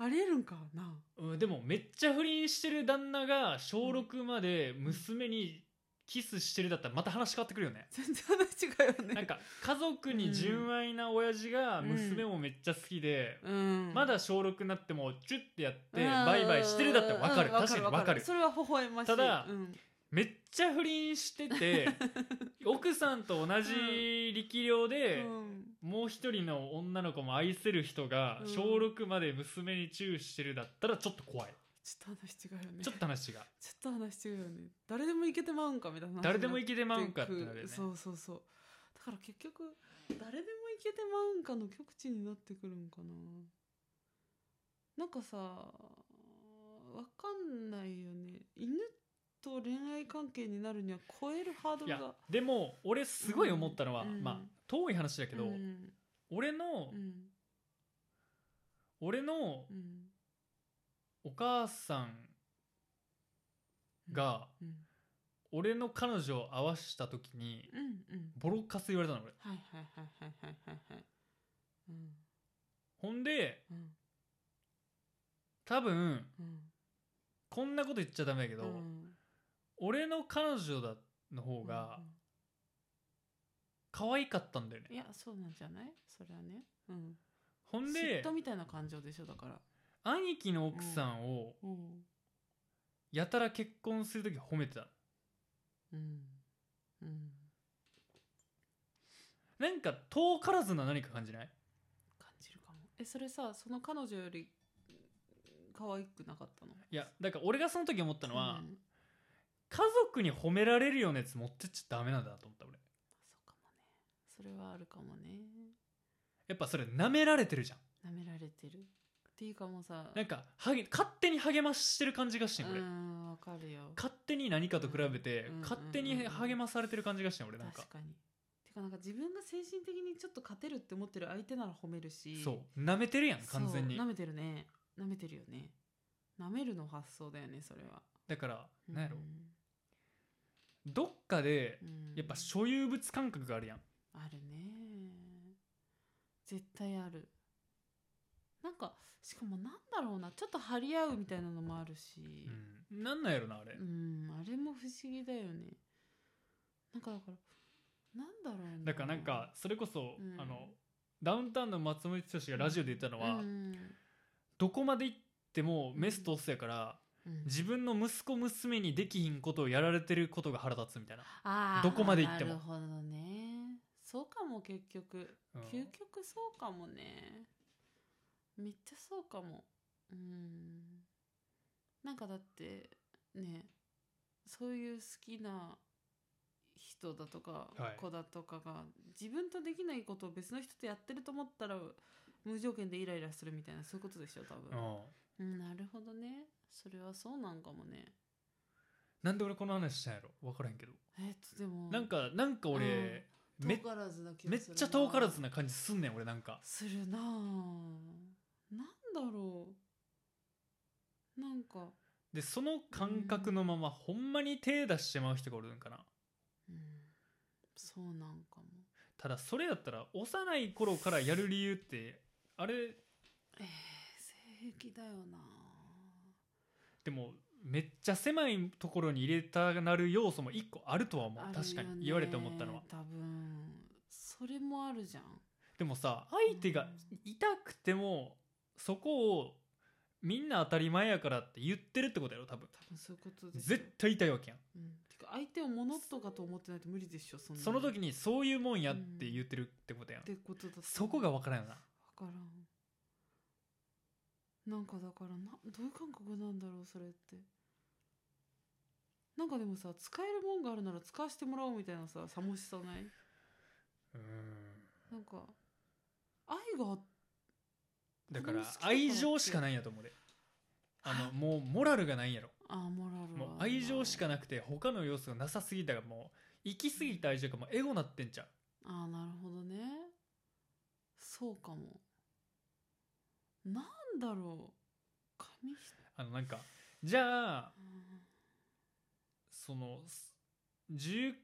B: ありえるんかな
A: うんでもめっちゃ不倫してる旦那が小6まで娘にキスしてるだったらまた話変わってくるよね
B: 全然話違うよね
A: なんか家族に純愛な親父が娘もめっちゃ好きで、
B: うん
A: まだ小6になってもチュッてやって
B: うん
A: バイバイしてるだったらわかる
B: うん
A: 確かにわかる
B: それは微笑ましい
A: ただ
B: うん
A: めっちゃ不倫してて奥さんと同じ力量で、もう一人の女の子も愛せる人が
B: うん
A: 小6まで娘にチューしてるだったらちょっと怖い、
B: ちょっと話違うよね
A: ちょっと話が
B: ちょっと話違うよね誰でもいけてまうんかみたいな話
A: 誰でも
B: い
A: イケてまうんかってなるよね
B: そうそうそうだから結局誰でもいけてまうんかの極致になってくるんかななんかさわかんないよね犬と恋愛関係になるには超えるハード
A: い
B: ル
A: や
B: が
A: でも俺すごい思ったのは、
B: うん
A: まあ遠い話だけど、
B: うん
A: 俺の、
B: うん
A: 俺の
B: うん
A: お母さんが
B: うん
A: 俺の彼女を会わした時に
B: うんうん
A: ボロカス言われたの俺
B: はいはいはいはいはいはいはいうん
A: ほんで
B: うん
A: 多分
B: うん
A: こんなこと言っちゃダメだけど、
B: うん
A: 俺の彼女だの方が可愛かったんだよね、
B: いやそうなんじゃないそれはねうん
A: ほん
B: 嫉
A: で
B: 妬みたいな感情でしょだから
A: 兄貴の奥さんを
B: うん
A: やたら結婚する時褒めてたの
B: うんうん
A: なんか遠からずな何か感じない
B: 感じるかもえそれさその彼女より可愛くなかったの
A: いやだから俺がその時思ったのは、
B: うん
A: 家族に褒められるようなやつ持ってっちゃダメなんだなと思った俺
B: そうかもねそれはあるかもね
A: やっぱそれ舐められてるじゃん
B: 舐められてるっていうかもうさ
A: なんかはげ勝手に励ましてる感じがしてん
B: う
A: 俺、
B: んわかるよ
A: 勝手に何かと比べて、
B: うん
A: 勝手に励まされてる感じがしてん俺なんか
B: 確かにてかなんか自分が精神的にちょっと勝てるって思ってる相手なら褒めるし
A: そう舐めてるやん完全に
B: そう舐めてるね舐めてるよね舐めるの発想だよねそれは
A: だからなんやろ、
B: う
A: どっかで
B: んうん
A: やっぱ所有物感覚があるやん
B: あるね絶対あるなんかしかもなんだろうなちょっと張り合うみたいなのもあるし
A: うん、なんなんやろなあれ、
B: うん、あれも不思議だよねなんかだからなんだろうな
A: だからなんかそれこそ、
B: うん
A: あのダウンタウンの松本剛がラジオで言ったのは、
B: うん
A: どこまで行ってもメスとオスやから、
B: うん
A: 自分の息子娘にできひんことをやられてることが腹立つみたいな、
B: あー
A: どこまで行っても
B: なるほどねそうかも結局
A: うん
B: 究極そうかもねめっちゃそうかもうんなんかだってねそういう好きな人だとか、
A: はい
B: 子だとかが自分とできないことを別の人とやってると思ったら無条件でイライラするみたいなそういうことでしょ多分、
A: うん
B: うん、なるほどねそれはそうなんかもね
A: なんで俺この話したんやろ分からへんけど、
B: えっとでも
A: なんかなんか俺、め
B: 遠からずな気が
A: めっ
B: するな
A: ちゃ遠からずな感じすんねん俺なんか
B: するなあなんだろうなんか、
A: でその感覚のまま、ほんまに手出してまう人がおるんかな
B: うん、そうなんかも
A: ただそれだったら幼い頃からやる理由ってあれ
B: えー、性癖だよな
A: でもめっちゃ狭いところに入れたなる要素も一個あるとは思う
B: あるよね
A: 確かに言われて思ったのは
B: 多分それもあるじゃん
A: でもさ相手が痛くてもそこをみんな当たり前やからって言ってるってことやろ多分
B: 多分そういうことでしょ
A: 絶対痛いわけやん
B: うん、てか相手を物とかと思ってないと無理でしょそんな
A: その時
B: っ
A: にそういうもんやって言ってるってことやん
B: てことだと思う
A: そこが分からんよな
B: わからんなんかだからなどういう感覚なんだろうそれってなんかでもさ使えるもんがあるなら使わせてもらおうみたいなささもしさないなんか愛が
A: だから
B: この好きだから
A: 愛情しかないんやと思うであのもうモラルがないんやろ
B: あモラル
A: もう
B: はあるな
A: 愛情しかなくて他の要素がなさすぎたがもう行き過ぎた愛情がもうエゴなってんちゃう
B: あなるほどねそうかもなんだろう紙一
A: あのなんかじゃあ
B: 重
A: そのす自由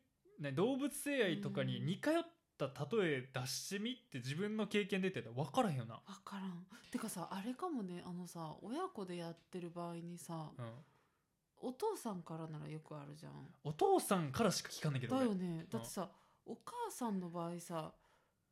A: ね動物性愛とかに
B: うん
A: 似通った例え出してみって自分の経験出てたら分からへんよな、
B: わからんてかさあれかもねあのさ親子でやってる場合にさ
A: うん、
B: お父さんからならよくあるじゃん
A: お父さんからしか聞かんねんけど
B: だ
A: 俺
B: よねだってさ、お母さんの場合さ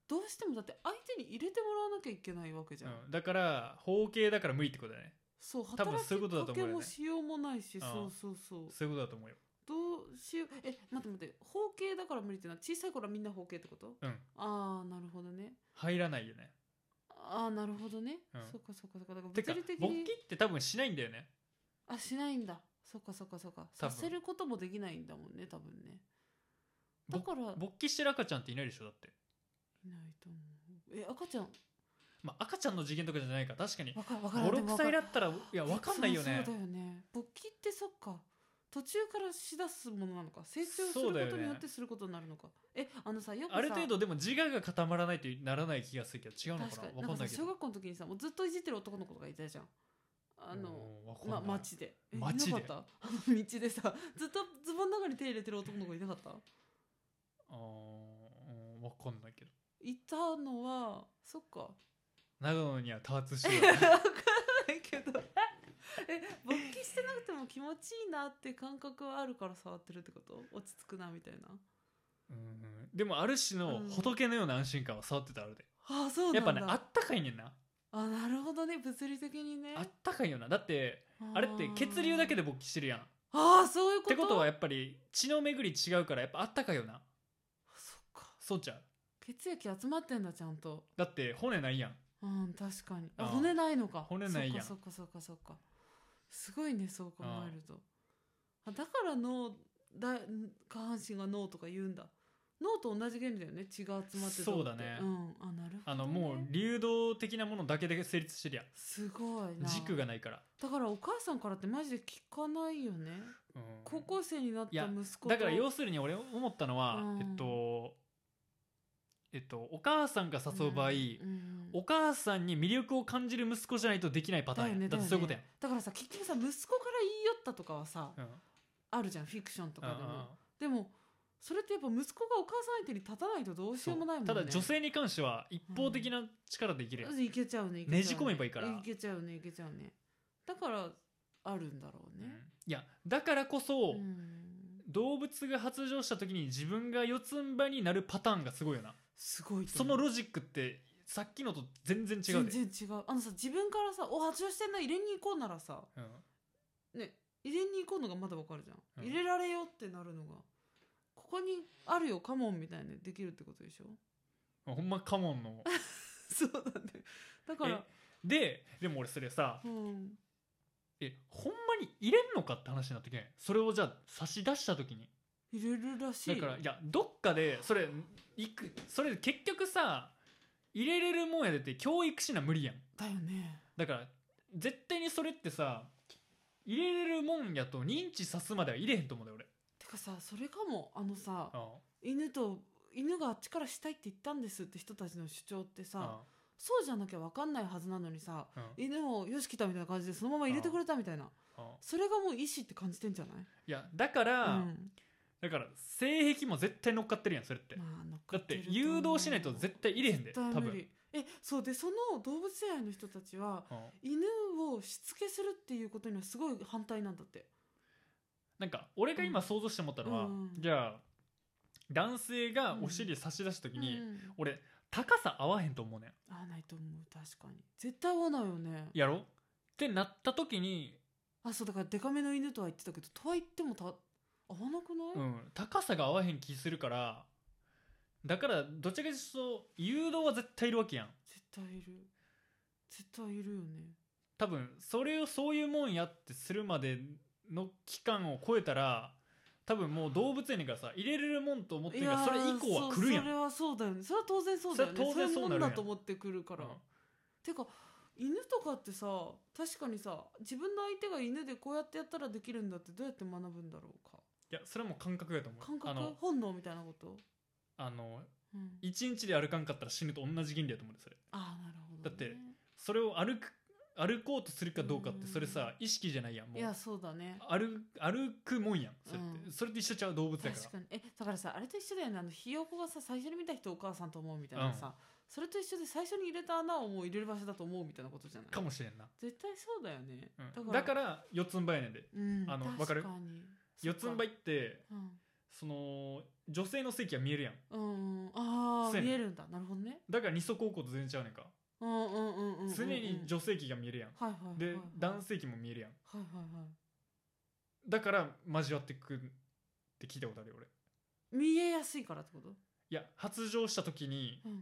B: どうしてもだって相手に入れてもらわなきゃいけないわけじゃん、
A: うん、だから包茎だから無理ってことだね
B: そう
A: 多分
B: 働
A: そういうことだ
B: き
A: と
B: か
A: 思うよ
B: け
A: ね
B: もしようもないし、
A: ん
B: そうそうそう
A: そういうことだと思うよ
B: どうしようえ待って待って方形だから無理っていうのは小さい頃はみんな方形ってこと
A: うん
B: ああなるほどね
A: 入らないよね
B: ああなるほどね、
A: うん
B: そっかそっかそっかだから
A: てか
B: 物理的
A: 勃
B: に
A: 起って多分しないんだよね
B: あしないんだそっかそっかそっか
A: 多
B: さ
A: 分
B: せることもできないんだもんね多分ねだ
A: ぼ
B: からいない
A: 勃起してる赤ちゃんっていないでしょだって、
B: と思うえ赤ちゃん
A: まあ、赤ちゃんの次元とかじゃないから確かに
B: わかるわからんでも
A: 56
B: わか
A: 歳
B: る
A: だったらいや分かんないよね
B: そうそうだよね勃起ってそっか途中からしだすものなのか成長す
A: そうだ
B: る
A: よ
B: こ
A: ね
B: とによってすることになるのか、えあのさよくさ
A: ある程度でも自我が固まらないとならない気がするけど違うの
B: 確
A: か
B: か
A: な
B: に
A: 分かん
B: な
A: なんい
B: か
A: けど
B: 小学校の時にさもうずっといじってる男の子とかいたじゃんあの、
A: うんわかんな
B: ま、
A: い
B: 街でえ
A: 街で
B: いなかったあ の道でさずっとズボンの中に手入れてる男の子いなかった
A: あーうん分かんないけど
B: いたのはそっか
A: 長野には多発して
B: 分
A: る
B: かんないけどえ勃起してなくても気持ちいいなって感覚はあるから触ってるってこと落ち着くなみたいな
A: うんでもある種の
B: うん
A: 仏のような安心感は触ってたらあるで、
B: ああそう
A: や
B: なん
A: っ
B: だ
A: ぱねあったかいねんな
B: あなるほどね物理的にね
A: あったかいよなだってあれって血流だけで勃起してるやんっ
B: あーあーそういうこと
A: てことはやっぱり血の巡り違うからやっぱあったかいよな
B: そっか
A: そうちゃう
B: 血液集まってんだちゃんと
A: だって骨ないやん
B: うん確かにあ
A: あー
B: 骨ないのか
A: 骨ないやん
B: そっかそっかそっかそっかすごいねそう考えるとあだから脳だ下半身が脳とか言うんだ脳と同じ原理だよね血が集まってどって
A: そうだね
B: うん、あなるほど、ね、
A: あのもう流動的なものだけで成立してるやん
B: すごいな
A: 軸がないから、
B: だからお母さんからってマジで聞かないよね
A: うん
B: 高校生になっ
A: い
B: た
A: や
B: 息子と
A: だから要するに俺思ったのは、
B: うん
A: えっとえっとお母さんが誘う場合、
B: うんうん
A: お母さんに魅力を感じる息子じゃないとできないパターンや
B: だよね
A: だってそういうことやん、
B: だからさ結局さ息子から言い寄ったとかはさ
A: うん
B: あるじゃんフィクションとかでも、
A: うんうん
B: でもそれってやっぱ息子がお母さん相手に立たないとどうしようもないもんね
A: ただ女性に関しては一方的な力で生きるやん、
B: いけちゃうねいけちゃう
A: ねじ込めばいいから
B: いけちゃうねいけちゃうねだからあるんだろう
A: うん
B: ね、
A: いやだからこそ、
B: うん
A: 動物が発情した時に自分が四つん這いになるパターンがすごいよな
B: すごいと
A: そ
B: 思
A: の
B: う
A: ロジックってさっきのと全然違うで
B: 全然違うあのさ自分からさ「お発情してんな入れに行こう」ならさ
A: うん
B: ね入れに行こうのがまだわかるじゃん、
A: うん
B: 入れられよってなるのがここにあるよカモンみたいなできるってことでしょ
A: ほんまカモンの
B: そうだねだから
A: ででも俺それさ
B: うん
A: えほんまに入れんのかって話になってきてそれをじゃあ差し出した時に
B: 入れるらしい
A: だ
B: よ
A: からいやどっかでそれいくそれ結局さ入れれるもんやでって教育しな無理やん
B: だよね
A: だから絶対にそれってさ入れれるもんやと認知さすまでは入れへんと思うんだよ
B: てかさそれかもあのさ
A: 俺
B: 犬と犬があっちからしたいって言ったんですって人たちの主張っ
A: う
B: て
A: ん
B: さそうじゃなきゃ分かんないはずなのにさ
A: うんうん
B: 犬をよし来たみたいな感じでそのまま入れてくれたみたいな
A: うん
B: それがもう意思って感じてんじゃない
A: いやだから、
B: うん
A: だから性癖も絶対乗っかってるやんそれって、
B: まあ乗か
A: だって
B: る
A: て
B: と思う
A: 誘導しないと絶対入れへんで
B: 絶対
A: 多
B: 無
A: 分、
B: 理えそうでその動物園愛の人たちは
A: うん
B: 犬をしつけするっていうことにはすごい反対なんだって
A: なんか俺が今想像して思ったのは、
B: うん
A: じゃあ男性がお尻差し出した時に、
B: うん
A: 俺高さ合わへんと思うねん
B: 合わないと思う確かに絶対合わないよね
A: やろってなった時に、
B: あそうだからデカめの犬とは言ってたけどとは言ってもた合わなくない、
A: うん、高さが合わへん気するからだからどっちらかというと誘導は絶対いるわけやん
B: 絶対いる絶対いるよね
A: 多分それをそういうもんやってするまでの期間を超えたら多分もう動物園やからさ入れれるもんと思ってるからそれ以降は来るやん
B: そうそれはそうだよねそれは当然そうだよね
A: それは当然そうなるやん
B: れもんだと思ってくるから、
A: うん
B: てか犬とかってさ確かにさ自分の相手が犬でこうやってやったらできるんだってどうやって学ぶんだろうか
A: いやそれはもう感覚やと思う
B: 感
A: あ
B: 覚
A: の
B: 本能みたいなこと、
A: あの
B: うん、
A: 一日で歩かんかったら死ぬと同じ原理やと思うでそれ
B: ああなるほど、ね、
A: だってそれを歩く歩こうとするかどうかってそれさ意識じゃないやんも
B: いうやそうだね
A: 歩歩くもんやんそれって、
B: うん
A: それと一緒ちゃう動物やから
B: 確かにえだからさあれと一緒だよねあのひよこがさ最初に見た人をお母さんと思うみたいなさ、
A: う
B: それと一緒で最初に入れた穴をもう入れる場所だと思うみたいなことじゃない
A: かもしれんな、
B: 絶対そうだよね、
A: うんだから四つん這いやねんで
B: うん、
A: あの
B: 確
A: わかる
B: に
A: 四つん
B: そ
A: 這
B: っ
A: い
B: か
A: ってその女性の席は見えるやん
B: うん、うん、あ
A: そう
B: あ
A: やね
B: 見えるんだなるほどね
A: だから二足歩行と全然ちゃうねんか、
B: うんうんうんうんうん
A: 常に女性器が見えるやん、
B: はいはいはいはい
A: で男性器も見えるやん
B: はいはいはい
A: だから交わってくって聞いたことあるよ俺
B: 見えやすいからってこと
A: いや発情した時に
B: うん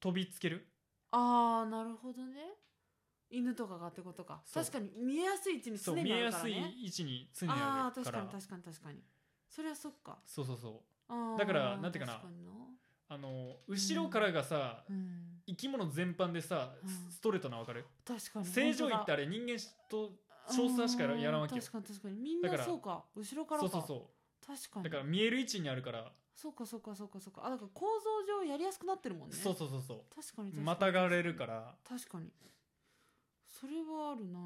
A: 飛びつける
B: ああなるほどね犬とかがってことか
A: そう
B: 確かに見えやすい位置に
A: そ
B: 常
A: う見
B: にあ
A: え
B: る
A: や
B: から
A: すい
B: ね
A: 位置に常に
B: あ
A: あ
B: あ
A: る
B: ー
A: か
B: 確からに確かに確かにそれはそっか
A: そうそうそう
B: あー
A: だからなんていうかな
B: 確にな
A: あの後ろからがさ、
B: うん
A: 生き物全般でさ、
B: うん
A: ストレートなの分かる
B: 確かに
A: 正常位って
B: あ
A: あれ人間と少数派しかやらんわけよ
B: 確かに確かにみん
A: だか
B: な
A: ら
B: そうか後ろから
A: そ
B: か
A: うそうそ
B: 確か
A: う
B: に
A: だから見える位置にあるから、
B: そうかそうかそうかそうかあだから構造上やりやすくなってるもんね
A: そうそうそうそ
B: 確かに確か
A: う
B: に
A: またがれるから
B: 確かにそれはあるな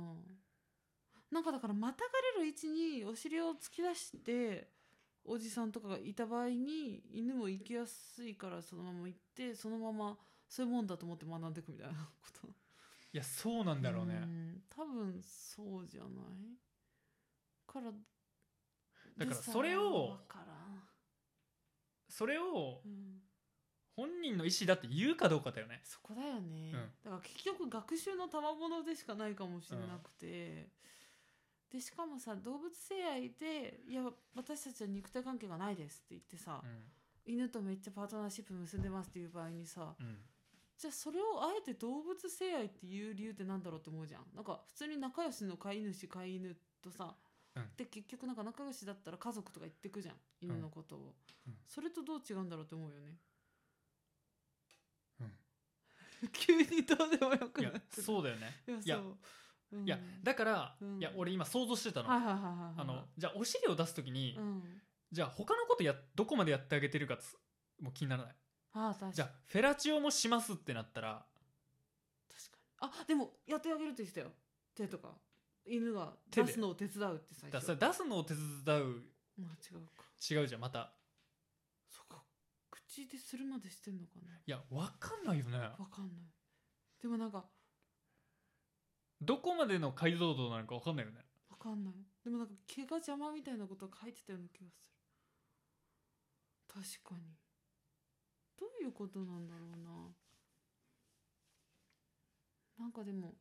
B: なんかだからまたがれる位置にお尻を突き出しておじさんとかがいた場合に犬も行きやすいからそのまま行ってそのままそういうもんだと思って学んでいくみたいなこと
A: いやそうなんだろうね
B: ん多分そうじゃないか
A: だ
B: ら
A: から
B: でさ
A: それを
B: わからん
A: それを
B: うん
A: 本人の意思だって言うかどうかだよね
B: そこだよね、
A: うん
B: だから結局学習の賜物でしかないかもしれなくて、でしかもさ動物性愛で「いや私たちは肉体関係がないです」って言ってさ、犬とめっちゃパートナーシップ結んでますっていう場合にさ
A: うん、うん、
B: じゃあそれをあえて動物性愛っていう理由ってなんだろうって思うじゃんなんか普通に仲良しの飼い主飼い犬とさ、
A: うん
B: で結局なんか仲良しだったら家族とか言ってくじゃん犬のことを、
A: うん
B: それとどう違うんだろうって思うよね
A: うん
B: 急にどうでもよく
A: い
B: な
A: や
B: ってる
A: そうだよね
B: いや
A: いや
B: そう、うん
A: いやだから、
B: うん
A: いや俺今想像してたの、
B: はいはいはいはいはい
A: あのじゃあお尻を出す時に、
B: うん、
A: じゃあ他のことやどこまでやってあげてるかつもう気にならない
B: ああ確かに
A: じゃあフェラチオもしますってなったら
B: 確かにあでもやってあげるって言ってたよ手とか犬が
A: 手
B: 出
A: です
B: のを手伝うって最
A: だ
B: 初
A: それ出すのを手伝う
B: まあ違うか
A: 違うじゃんまた
B: そっか口でするまでしてんのかない
A: やわかんないよね
B: わかんないでもなんか
A: どこまでの解像度なのかわかんないよね
B: わかんないでもなんか毛が邪魔みたいなことを書いてたような気がする確かにどういうことなんだろうななんかでも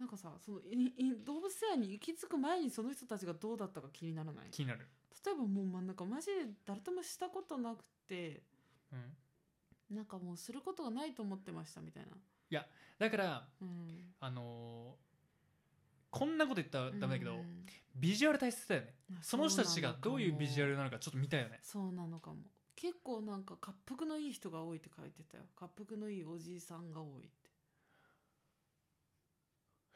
B: なんかさそのいい動物世話に行き着く前にその人たちがどうだったか気にならない
A: 気になる
B: 例えばもう真ん中マジで誰ともしたことなくて
A: うん
B: なんかもうすることがないと思ってましたみたいな
A: だから
B: うん
A: あのーこんなこと言ったらダメだけど、
B: うん
A: ビジュアル大切だよねその人たちがどういうビジュア
B: ル
A: ルなのかちょっと見たいよね
B: そうなのかも結構なんか滑腹のいい人が多いって書いてたよ滑腹のいいおじいさんが多いって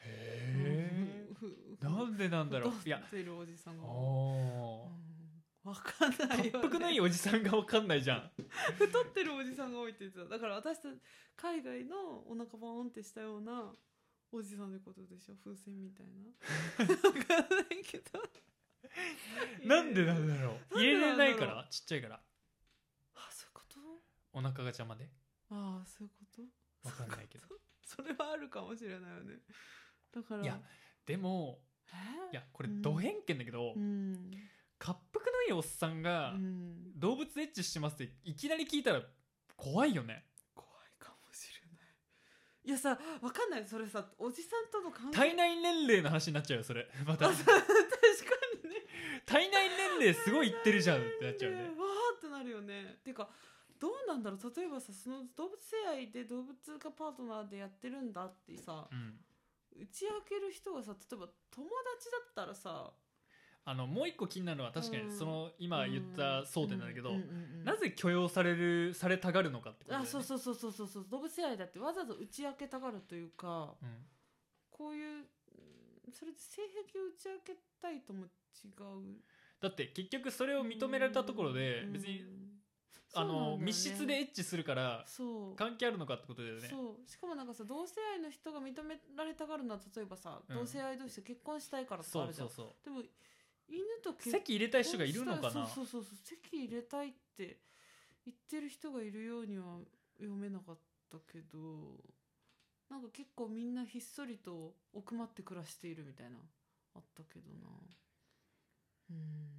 A: へ
B: ふふ
A: えなんでなんだろう
B: 太っ
A: いや
B: てるおじさんが多い
A: お
B: うんわかんないよ、ね、
A: ーくないおじさんがわかんないじゃん
B: 太ってるおじさんが多いって言ってただから私たち海外のお腹バーンってしたようなおじさんのことでしょ風船みたいな わかんないけど
A: なんで
B: だ
A: なんだろう
B: なんで
A: 家
B: な
A: で
B: んだ
A: な
B: ろう
A: いからちっちゃいから
B: あそういうこと
A: お腹が邪魔で
B: ああそういうこと
A: わかんないけど
B: そういうことそれはあるかもしれないよねだから
A: いやでも
B: え
A: いやこれド偏見だけど、
B: うん
A: 滑腹のいいおっさん
B: う
A: が
B: ん
A: 動物エッチしてますっていきなり聞いたら怖いよね
B: 怖いかもしれないいやさわかんないそれさおじさんとの関係
A: 体内年齢の話になっちゃうよそれま た
B: あそう確かにね
A: 体内年齢すごいいってるじゃんってなっちゃうね
B: わーってなるよねてかどうなんだろう例えばさその動物性愛で動物がパートナーでやってるんだってさ
A: うん
B: 打ち明ける人がさ例えば友達だったらさ
A: あのもう一個気になるのは確か
B: う
A: に
B: ん
A: その今言った争点なんだけど、
B: うんうんうんうん
A: なぜ許容されるされたがるのかってことだよ
B: あ
A: ね
B: そうそうそうそうそうそう動物性愛だってわざわざ打ち明けたがるというか
A: うん、
B: こういううんそれで性癖を打ち明けたいとも違う
A: だって結局それを認められたところで
B: うん
A: 別に、
B: うん
A: あ
B: そうなんだ
A: の
B: よね
A: 密室でエッチするから
B: そう
A: 関係あるのかってことだよね
B: そうしかもなんかさ同性愛の人が認められたがるのは例えばさ、
A: うん
B: 同性愛同士で結婚したいからとか
A: そ
B: あ
A: う
B: るじゃ
A: そ
B: ん
A: うそう
B: でも犬と結婚
A: 席入れたい人がいるのか
B: した
A: ない
B: そうそうそうそう席入れたいって言ってる人がいるようには読めなかったけどなんか結構みんなひっそりと奥まって暮らしているみたいなあったけどなうん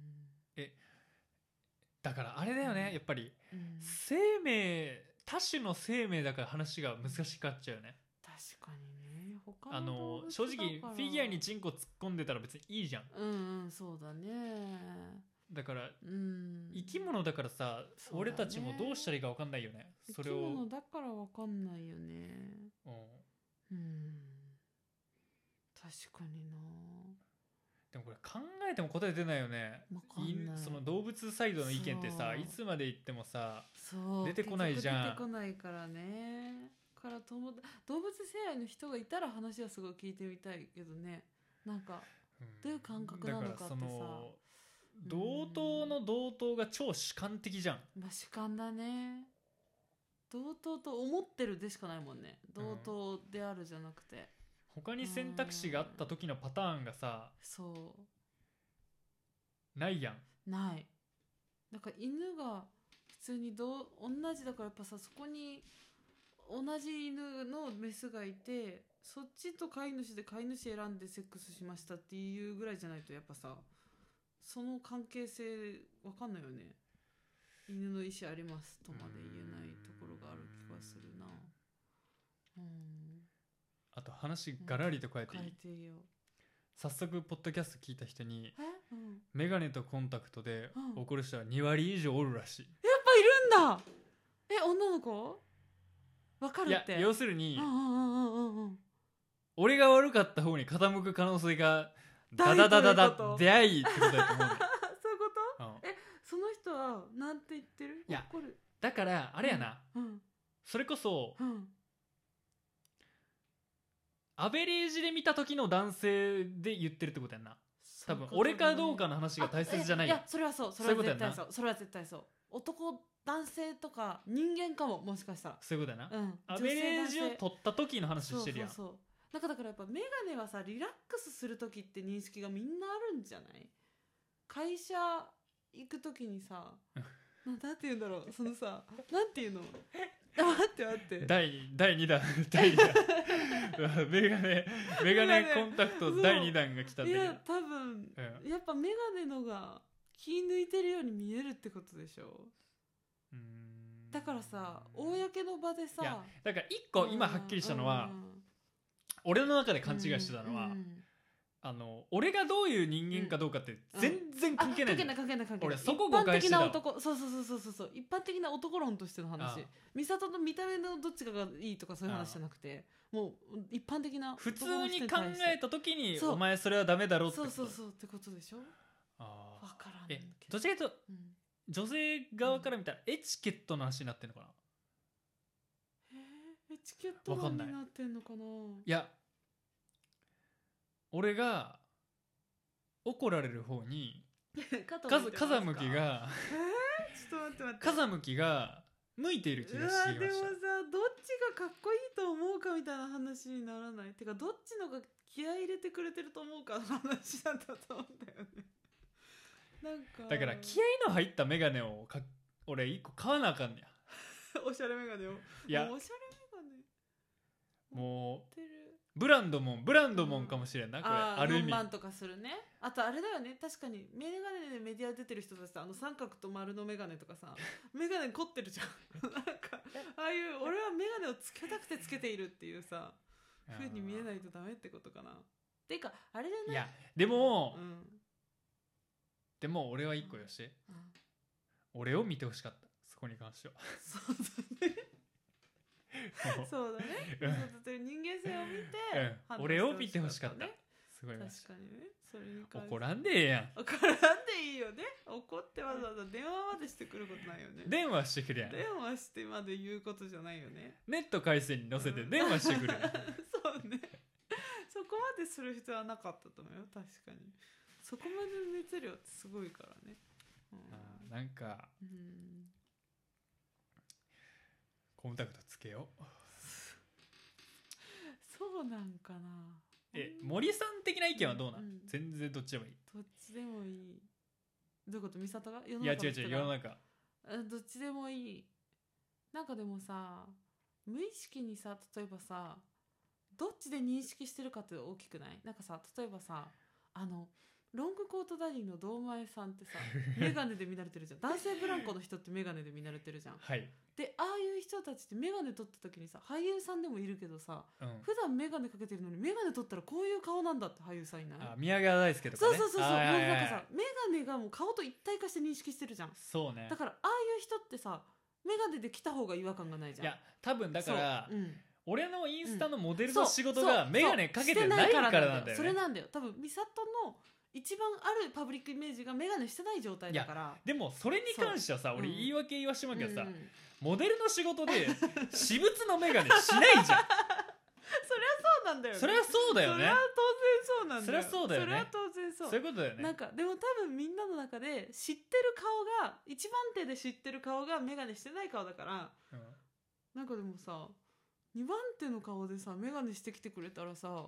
A: だからあれだよねやっぱり
B: うん
A: 生命多種の生命だから話が難しかっちゃうよね
B: 確かにね他
A: あの
B: 動物
A: 正直
B: だから
A: フィギュアにチンコ突っ込んでたら別にいいじゃん
B: うんうんそうだね
A: だから
B: うん
A: 生き物だからさ、
B: そうだね
A: 俺たちもどうしたらいいか分かんないよねそ
B: 生
A: れ
B: き
A: を、
B: 物だからわかんないよね
A: うん
B: うん確かにな
A: でもこれ考えても答え出ないよね
B: わかんない
A: いその動物サイドの意見ってさ
B: そう
A: いつまで言ってもさ
B: そう
A: 出てこないじゃん
B: 結局出てこないからねから友達動物性愛の人がいたら話はすごい聞いてみたいけどねなんか
A: ん
B: どういう感覚なのかってさ
A: だらその同等の同等が超主観的じゃん
B: まあ主観だね同等と思ってるでしかないもんね同等であるじゃなくて、
A: 他に選択肢があった時のパターンがさ
B: そう
A: ないやん
B: ないだから犬が普通にどう同じだからやっぱさそこに同じ犬のメスがいてそっちと飼い主で飼い主選んでセックスしましたっていうぐらいじゃないとやっぱさその関係性わかんないよね犬の意思ありますとまで言えないところがある気がするなうん
A: あと話ガラリと変えていい、
B: 変えてよ
A: 早速ポッドキャスト聞いた人に
B: え、うん、やっ
A: メガネとコンタクトで
B: うん
A: 怒る人は2割以上おるらしい、
B: ぱいるんだえ女の子わかる
A: いや
B: って
A: 要するに、
B: うんうんうんうんうん
A: 俺が悪かった方に傾く可能性がダ
B: 大
A: ダダダ
B: というこ
A: ダ
B: と
A: 出会いってことだと思うんだよ、
B: そういうこ
A: うん
B: とその人はなんて言ってる
A: いや
B: 怒る
A: だからあれやな、
B: うん
A: それこそ
B: うん
A: アベレージで見た時の男性で言ってるってことやんな多
B: そ
A: 分
B: ういうことだね
A: 俺かどうかの話が大切じゃない
B: あえいやそれはそうそれは絶対
A: そ
B: そうそれは絶対そう男男性とか人間かももしかしたら
A: そういうことやな、
B: うん
A: アベレージを
B: 女性男
A: 取った時の話
B: 性
A: してるやん
B: そうそうそうなんかだからやっぱメガネはさリラックスする時って認識がみんなあるんじゃない会社行く時 にさななんて言うんだろうそのさなんて言うの あ待って待って
A: 第第2弾第2弾 うわメガネメガネ
B: メガネ
A: コンタクト
B: そう
A: 第2弾が来たん
B: い
A: だけど
B: や多分
A: う
B: やっぱ眼鏡のが気抜いてるように見えるってことでしょ
A: んうーん
B: だからさ公の場で
A: いや
B: さ
A: だから一個今はっきりしたのは
B: うんうんうん
A: 俺の中で勘違いしてたのは、
B: うんうん
A: あの俺がどういう人間かどうかって全然
B: あ
A: 関係ない
B: 関
A: んだよ
B: 係ない関係ない関係ない
A: 俺そこ誤解してたわ
B: 一般的な男そうそうそうそうそうそう一般的な男論としての話
A: ああ
B: 美里の見た目のどっちかがいいとかそういう話じゃなくてもう一般的な
A: 普
B: 男の
A: 通
B: 人
A: に考
B: 対して
A: えた時に
B: そう
A: お前それはダメだろってこ
B: そう
A: と
B: そうそうってことでしょ
A: あ
B: わからん
A: ー
B: け
A: え
B: ど
A: どっちかというと
B: うん
A: 女性側から見たらエチケットの話になってるのかな、
B: えチケット
A: わかん
B: 何
A: ない
B: になってんのかない
A: や俺が怒られる方に
B: カ
A: 風風向きが
B: ちょっと待って待って。
A: 風向きが向いている気
B: う
A: がし
B: わ
A: て
B: で
A: き
B: も
A: ま
B: さ
A: した
B: どっちがかっこいいと思うかみたいな話にならないてかどっちのが気合い入れてくれてると思うかの話なんだと思うんだよね なんか
A: だから気合の入った眼鏡をか俺一個買わなあかんねや
B: おしゃれメガネを
A: いや
B: もうおしゃれメガネ
A: も
B: ってる
A: うブランドもんブランドもんかもしれんなこれ
B: あ
A: ある意味
B: 4番とかするねあとあれだよね確かにメガネでメディア出てる人たちさあの三角と丸のメガネとかさメガネ凝ってるじゃん なんかああいう俺はメガネをつけたくてつけているっていうさふうに見えないとダメってことかな。ていうかあれじ
A: い
B: ゃない
A: やでも、
B: うん
A: でも俺は一個よして
B: あ
A: 俺を見てほしかったそこに関しては
B: そうだね
A: もう
B: そうだね
A: うん
B: そうだね人間性を見て
A: うん
B: 判断してほしかったね
A: 俺を見てほしかったすごい
B: 確かにねそれに関して
A: 怒らんでええやん
B: 怒らんでいいよね怒ってわざわざ電話までしてくることないよね
A: 電話してくれやん
B: 電話してまで言うことじゃないよね
A: ネット回線に載せて電話して くれやん
B: そうねそこまでする必要はなかったと思うよ確かにそこまでの熱量ってすごいからねうん
A: あーなんか
B: うん
A: コンタクトつけよう
B: そうなんかな
A: え
B: うん
A: 森さん的な意見はどうなん、
B: うん
A: 全然どっちでもいい
B: どっちでもいいどういうこと美里が世の
A: いや
B: 中
A: 違う
B: の人
A: 違う
B: が
A: 世の中
B: あどっちでもいいなんかでもさ無意識にさ例えばさどっちで認識してるかって大きくないなんかさ例えばさあのロングコートダディの堂前さん ってさ眼鏡で見慣れてるじゃん男性ブランコの人って眼鏡で見慣れてるじゃん
A: はい、
B: でああいう人たちって眼鏡取った時にさ俳優さんでもいるけどさ
A: うん、
B: 普段眼鏡かけてるのに眼鏡取ったらこういう顔なんだって俳優さんいない
A: あ宮川大輔とか
B: そう
A: ね
B: そうそうそうもう
A: あー
B: なん
A: は
B: か
A: いはいは
B: さ
A: い
B: 眼鏡がもう顔と一体化して認識してるじゃん
A: そうね
B: だからああいう人ってさ眼鏡で来た方が違和感がないじゃ
A: い
B: ん
A: や多分だから、
B: そううん
A: 俺のインスタのモデル
B: そ
A: の
B: う
A: 仕事
B: そ
A: が
B: う
A: 眼鏡かけてないからなんだ
B: そ
A: よ
B: れ
A: ね
B: なんだよ多分美里の一番あるパブリックイメージが眼鏡してない状態だから
A: でもそれに関してはさ
B: う
A: 俺
B: うん
A: 言い訳言わしてもらうけどさ、
B: うんうん
A: モデルの仕事で 私物の眼鏡しないじゃん
B: そうなんだよね
A: それはそうだよ
B: それ
A: ね
B: は当然そうなんだよ
A: そりゃそうだよね
B: それは当然そう
A: そういうことだよ
B: な
A: ね
B: んかでも多分みんなの中で知ってる顔が一番手で知ってる顔が眼鏡してない顔だから
A: うん
B: なんかでもさ2番手の顔でさ眼鏡してきてくれたらさ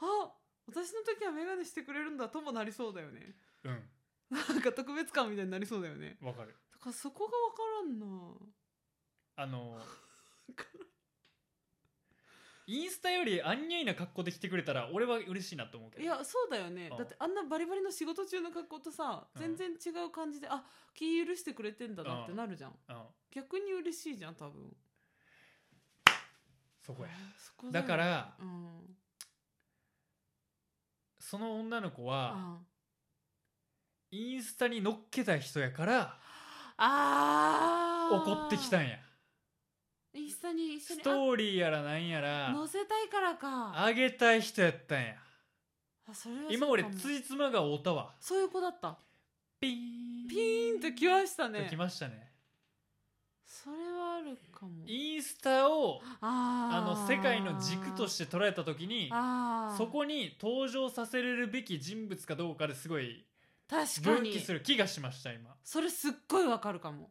B: あ私の時は眼鏡してくれるんだともなりそうだよね
A: うん
B: なんか特別感みたいになりそうだよね
A: うんわかる
B: だからそこが分からんな
A: あのインスタよりあんにゃいな格好で来てくれたら俺は嬉しいなと思うけど
B: いやそうだよね
A: うん
B: だってあんなバリバリの仕事中の格好とさ
A: うん
B: 全然違う感じであ気許してくれてんだなってなるじゃん
A: うん
B: 逆に嬉しいじゃん多分
A: そこや
B: そこよ
A: だから
B: うん
A: その女の子は
B: あ
A: インスタに乗っけた人やから
B: あー
A: 怒ってきたんや
B: 一緒に一緒
A: ス
B: に
A: トーリーやらなんや
B: あ
A: ら
B: 乗せたいからか
A: あげたい人やったんや
B: あそれはそうかも
A: 今俺ついつまがおうたわ
B: そういう子だった
A: ピーン
B: ピーンときました
A: と
B: ね
A: きましたね
B: それはあるかも
A: インスタをあ
B: あ
A: の世界の軸と
B: て
A: して捉えた時にそこに登場させれるべき人物かどうかですごい
B: 確か
A: 分
B: に
A: 岐する気がしました今
B: それすっごいわかるかも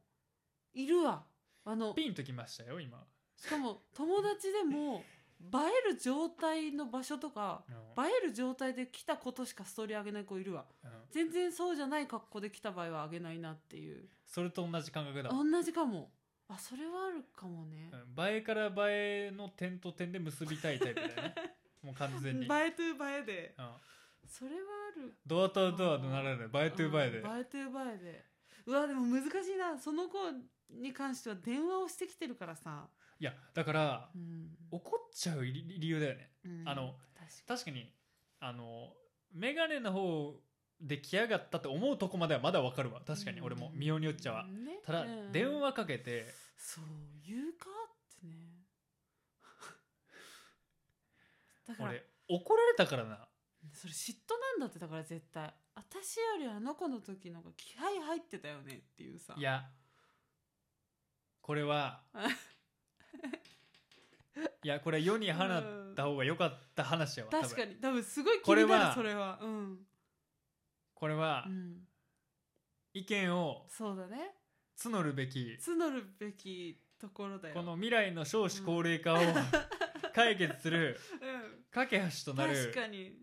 B: いるわあの
A: ピンときましたよ今、
B: しかも友達でも映える状態の場所とか
A: うん
B: 映える状態で来たことしかストーリー上げない子いるわ
A: うん
B: 全然そうじゃない格好で来た場合は上げないなっていう
A: それと同じ感覚だわ、
B: 同じかもあそれはあるかもね、
A: うん映えから映えの点と点で結びたいタイプだよねもう完全に、
B: 映え
A: うん、
B: トゥ映えでそれはある
A: ドアとドアとならぬ映えと映えで、
B: うん映えトゥ映えでうわでも難しいなその子に関しては電話をしてきてるからさ、
A: いやだから
B: うん
A: 怒っちゃう理理由だよね
B: うん
A: あの
B: 確か
A: 確かにあの眼鏡の方で来やがったって思うとこまではまだわかるわ確かに俺も
B: うん
A: 身をによっちゃは
B: ね
A: ただ
B: うん
A: 電話かけて
B: そう言うかっ てねだから
A: 俺怒られたからな
B: それ嫉妬なんだってだから絶対私よりあの子の時の方が気配入ってたよねっていうさ
A: いやこれ はいやこれは世に放った方が良かった話やわ
B: 確か
A: 多分
B: に多分すごい気
A: これ
B: に
A: は
B: なるそれはうん、
A: これは
B: うん、
A: 意見を
B: そうだね
A: 募るべき
B: 募るべきところだよ
A: この未来の少子高齢化を解決す る
B: うん、
A: 架け橋とな
B: 確
A: る
B: かに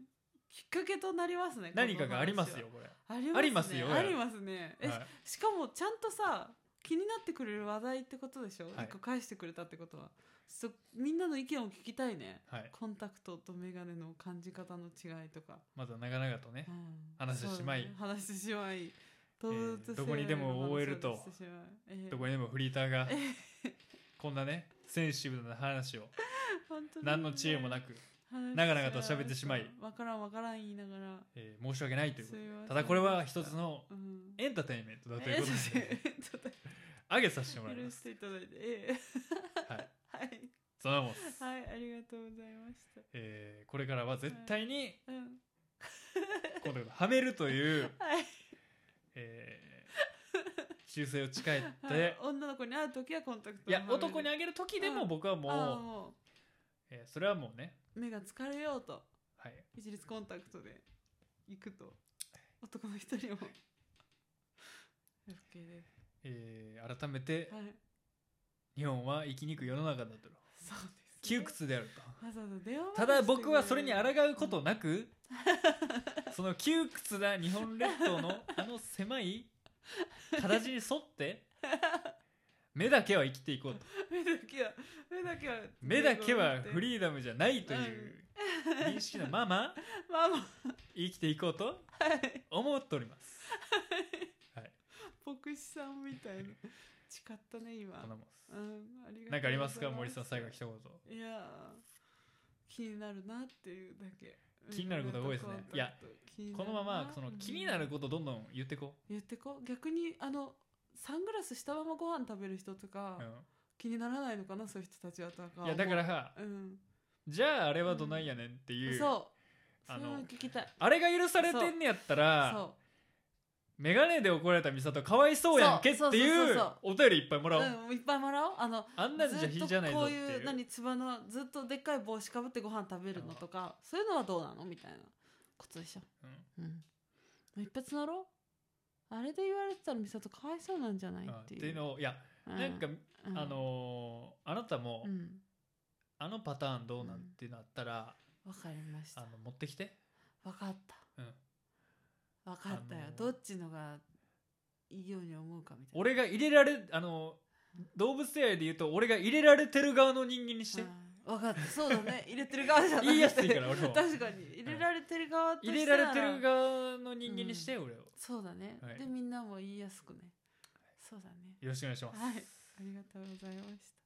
B: きっかけとなりますね
A: 何かがありますよこれ。
B: この話は
A: あ
B: あ
A: り
B: り
A: ま
B: ますす
A: よ
B: ね
A: や
B: ありますねえ、
A: はい
B: しかもちゃんとさ気になってくれる話題ってことでしょ、
A: はい
B: 一個返してくれたってことはそみんなの意見を聞きたいね
A: はい、
B: コンタクトとメガネの感じ方の違いとか、
A: まずは長々とね
B: う、ん
A: 話してしまい
B: そうね話してしまい動
A: ー
B: 物性
A: どこにでも覆えると
B: の話をしてしまいえー
A: どこにでもフリーターがこんなねセンシティブな話を
B: 本当に
A: 何の知恵もなく、
B: 話し
A: 長々と喋ってしまい
B: わからんわからん言いながら
A: えー申し訳ないというこ
B: すいません
A: とただこれは一つの
B: うん
A: エンターテインメントだと
B: え
A: いうこと
B: すいません
A: で
B: ちょっと
A: 上げさせてもらい
B: 許
A: ま
B: し
A: す
B: ていただいて、ええ
A: はい
B: はい、
A: そのもんです、
B: はい、ありがとうございました。
A: えーこれからは絶対に
B: うん、
A: 今度はめるという、
B: はい、
A: えー修正を誓っ
B: はい
A: て、
B: 女の子に会うときはコンタクト
A: いや男に
B: 会
A: あげる時でも僕は
B: う
A: もう、
B: ああも
A: えーそれはもうね、
B: う目が疲れようと
A: はい、
B: 一律コンタクトで行くと男の人にも OK で
A: えー改めて
B: す。はい、
A: 日本は生きにくい世の中だと
B: そうです、
A: 窮屈であると。
B: わざわざ電話まで
A: ただ僕はそれに抗
B: してく
A: うことな くその窮屈な日本列島のあの狭い形に沿って目だけは生きていこうと
B: れる目だけは目
A: 目だ
B: だけは
A: けはフ
B: ー
A: リーダムじゃないという認識のまま
B: まあまあ
A: 生きていこうと
B: はい
A: 思っております
B: 牧師さんみたいな誓ったね
A: こんな
B: 今
A: もんです
B: うんありがとうござい
A: なんかありますか森さん最後一言
B: いやー気になるなっていうだけ
A: 気になることが多いですねいやこのままその気にな
B: る
A: ることどんどん言ってこ
B: 言ってこ逆にあのサングラスしたままご飯食べる人とか、
A: う、
B: 気にならないのかなそういう人たちはとか
A: うん、いやだからさ
B: うん
A: じゃああれはどないやねんっていう、
B: そうそ
A: あ
B: れ
A: の
B: を聞きたい
A: あれが許されてんねやったら
B: そ
A: メガネで怒られた美里かわいそうやんけって
B: そうそう
A: い
B: そう
A: う
B: そう
A: お便りいっぱいも
B: う
A: らおう、
B: うんいっぱいもらおうあの
A: あんなんじゃひじゃないぞ
B: こ
A: っ
B: う
A: ていう
B: いう何つばのずっとでっかい帽子かぶってご飯食べるのとかそういうのはどうなのみたいなことでしょ、うん、もう一発なろうあれで言われてたら美里かわいそうなんじゃな
A: う
B: い
A: ん
B: っ
A: ってて
B: い
A: い
B: う
A: うのをいや
B: う
A: なんか、
B: うん
A: あのーあなたも、
B: うん
A: あのパターンどうなんってなったら、
B: わかりました
A: あの持ってきて、
B: わかった
A: うん、
B: わかったよ、
A: あのー
B: どっちのがいいように思うかみたいな
A: 俺が入れられあの動物愛で言うと俺が入れられてる側の人間にして、
B: うんわかったそう だね入れてる側じゃない
A: いいやついいから俺も
B: 確かに入れられてる側とし
A: 入
B: たら
A: れられてる側の人間にして、俺を
B: そうだね、
A: はい
B: でみんなも言いやすくねそうだね
A: よろしくお願いします
B: はいありがとうございました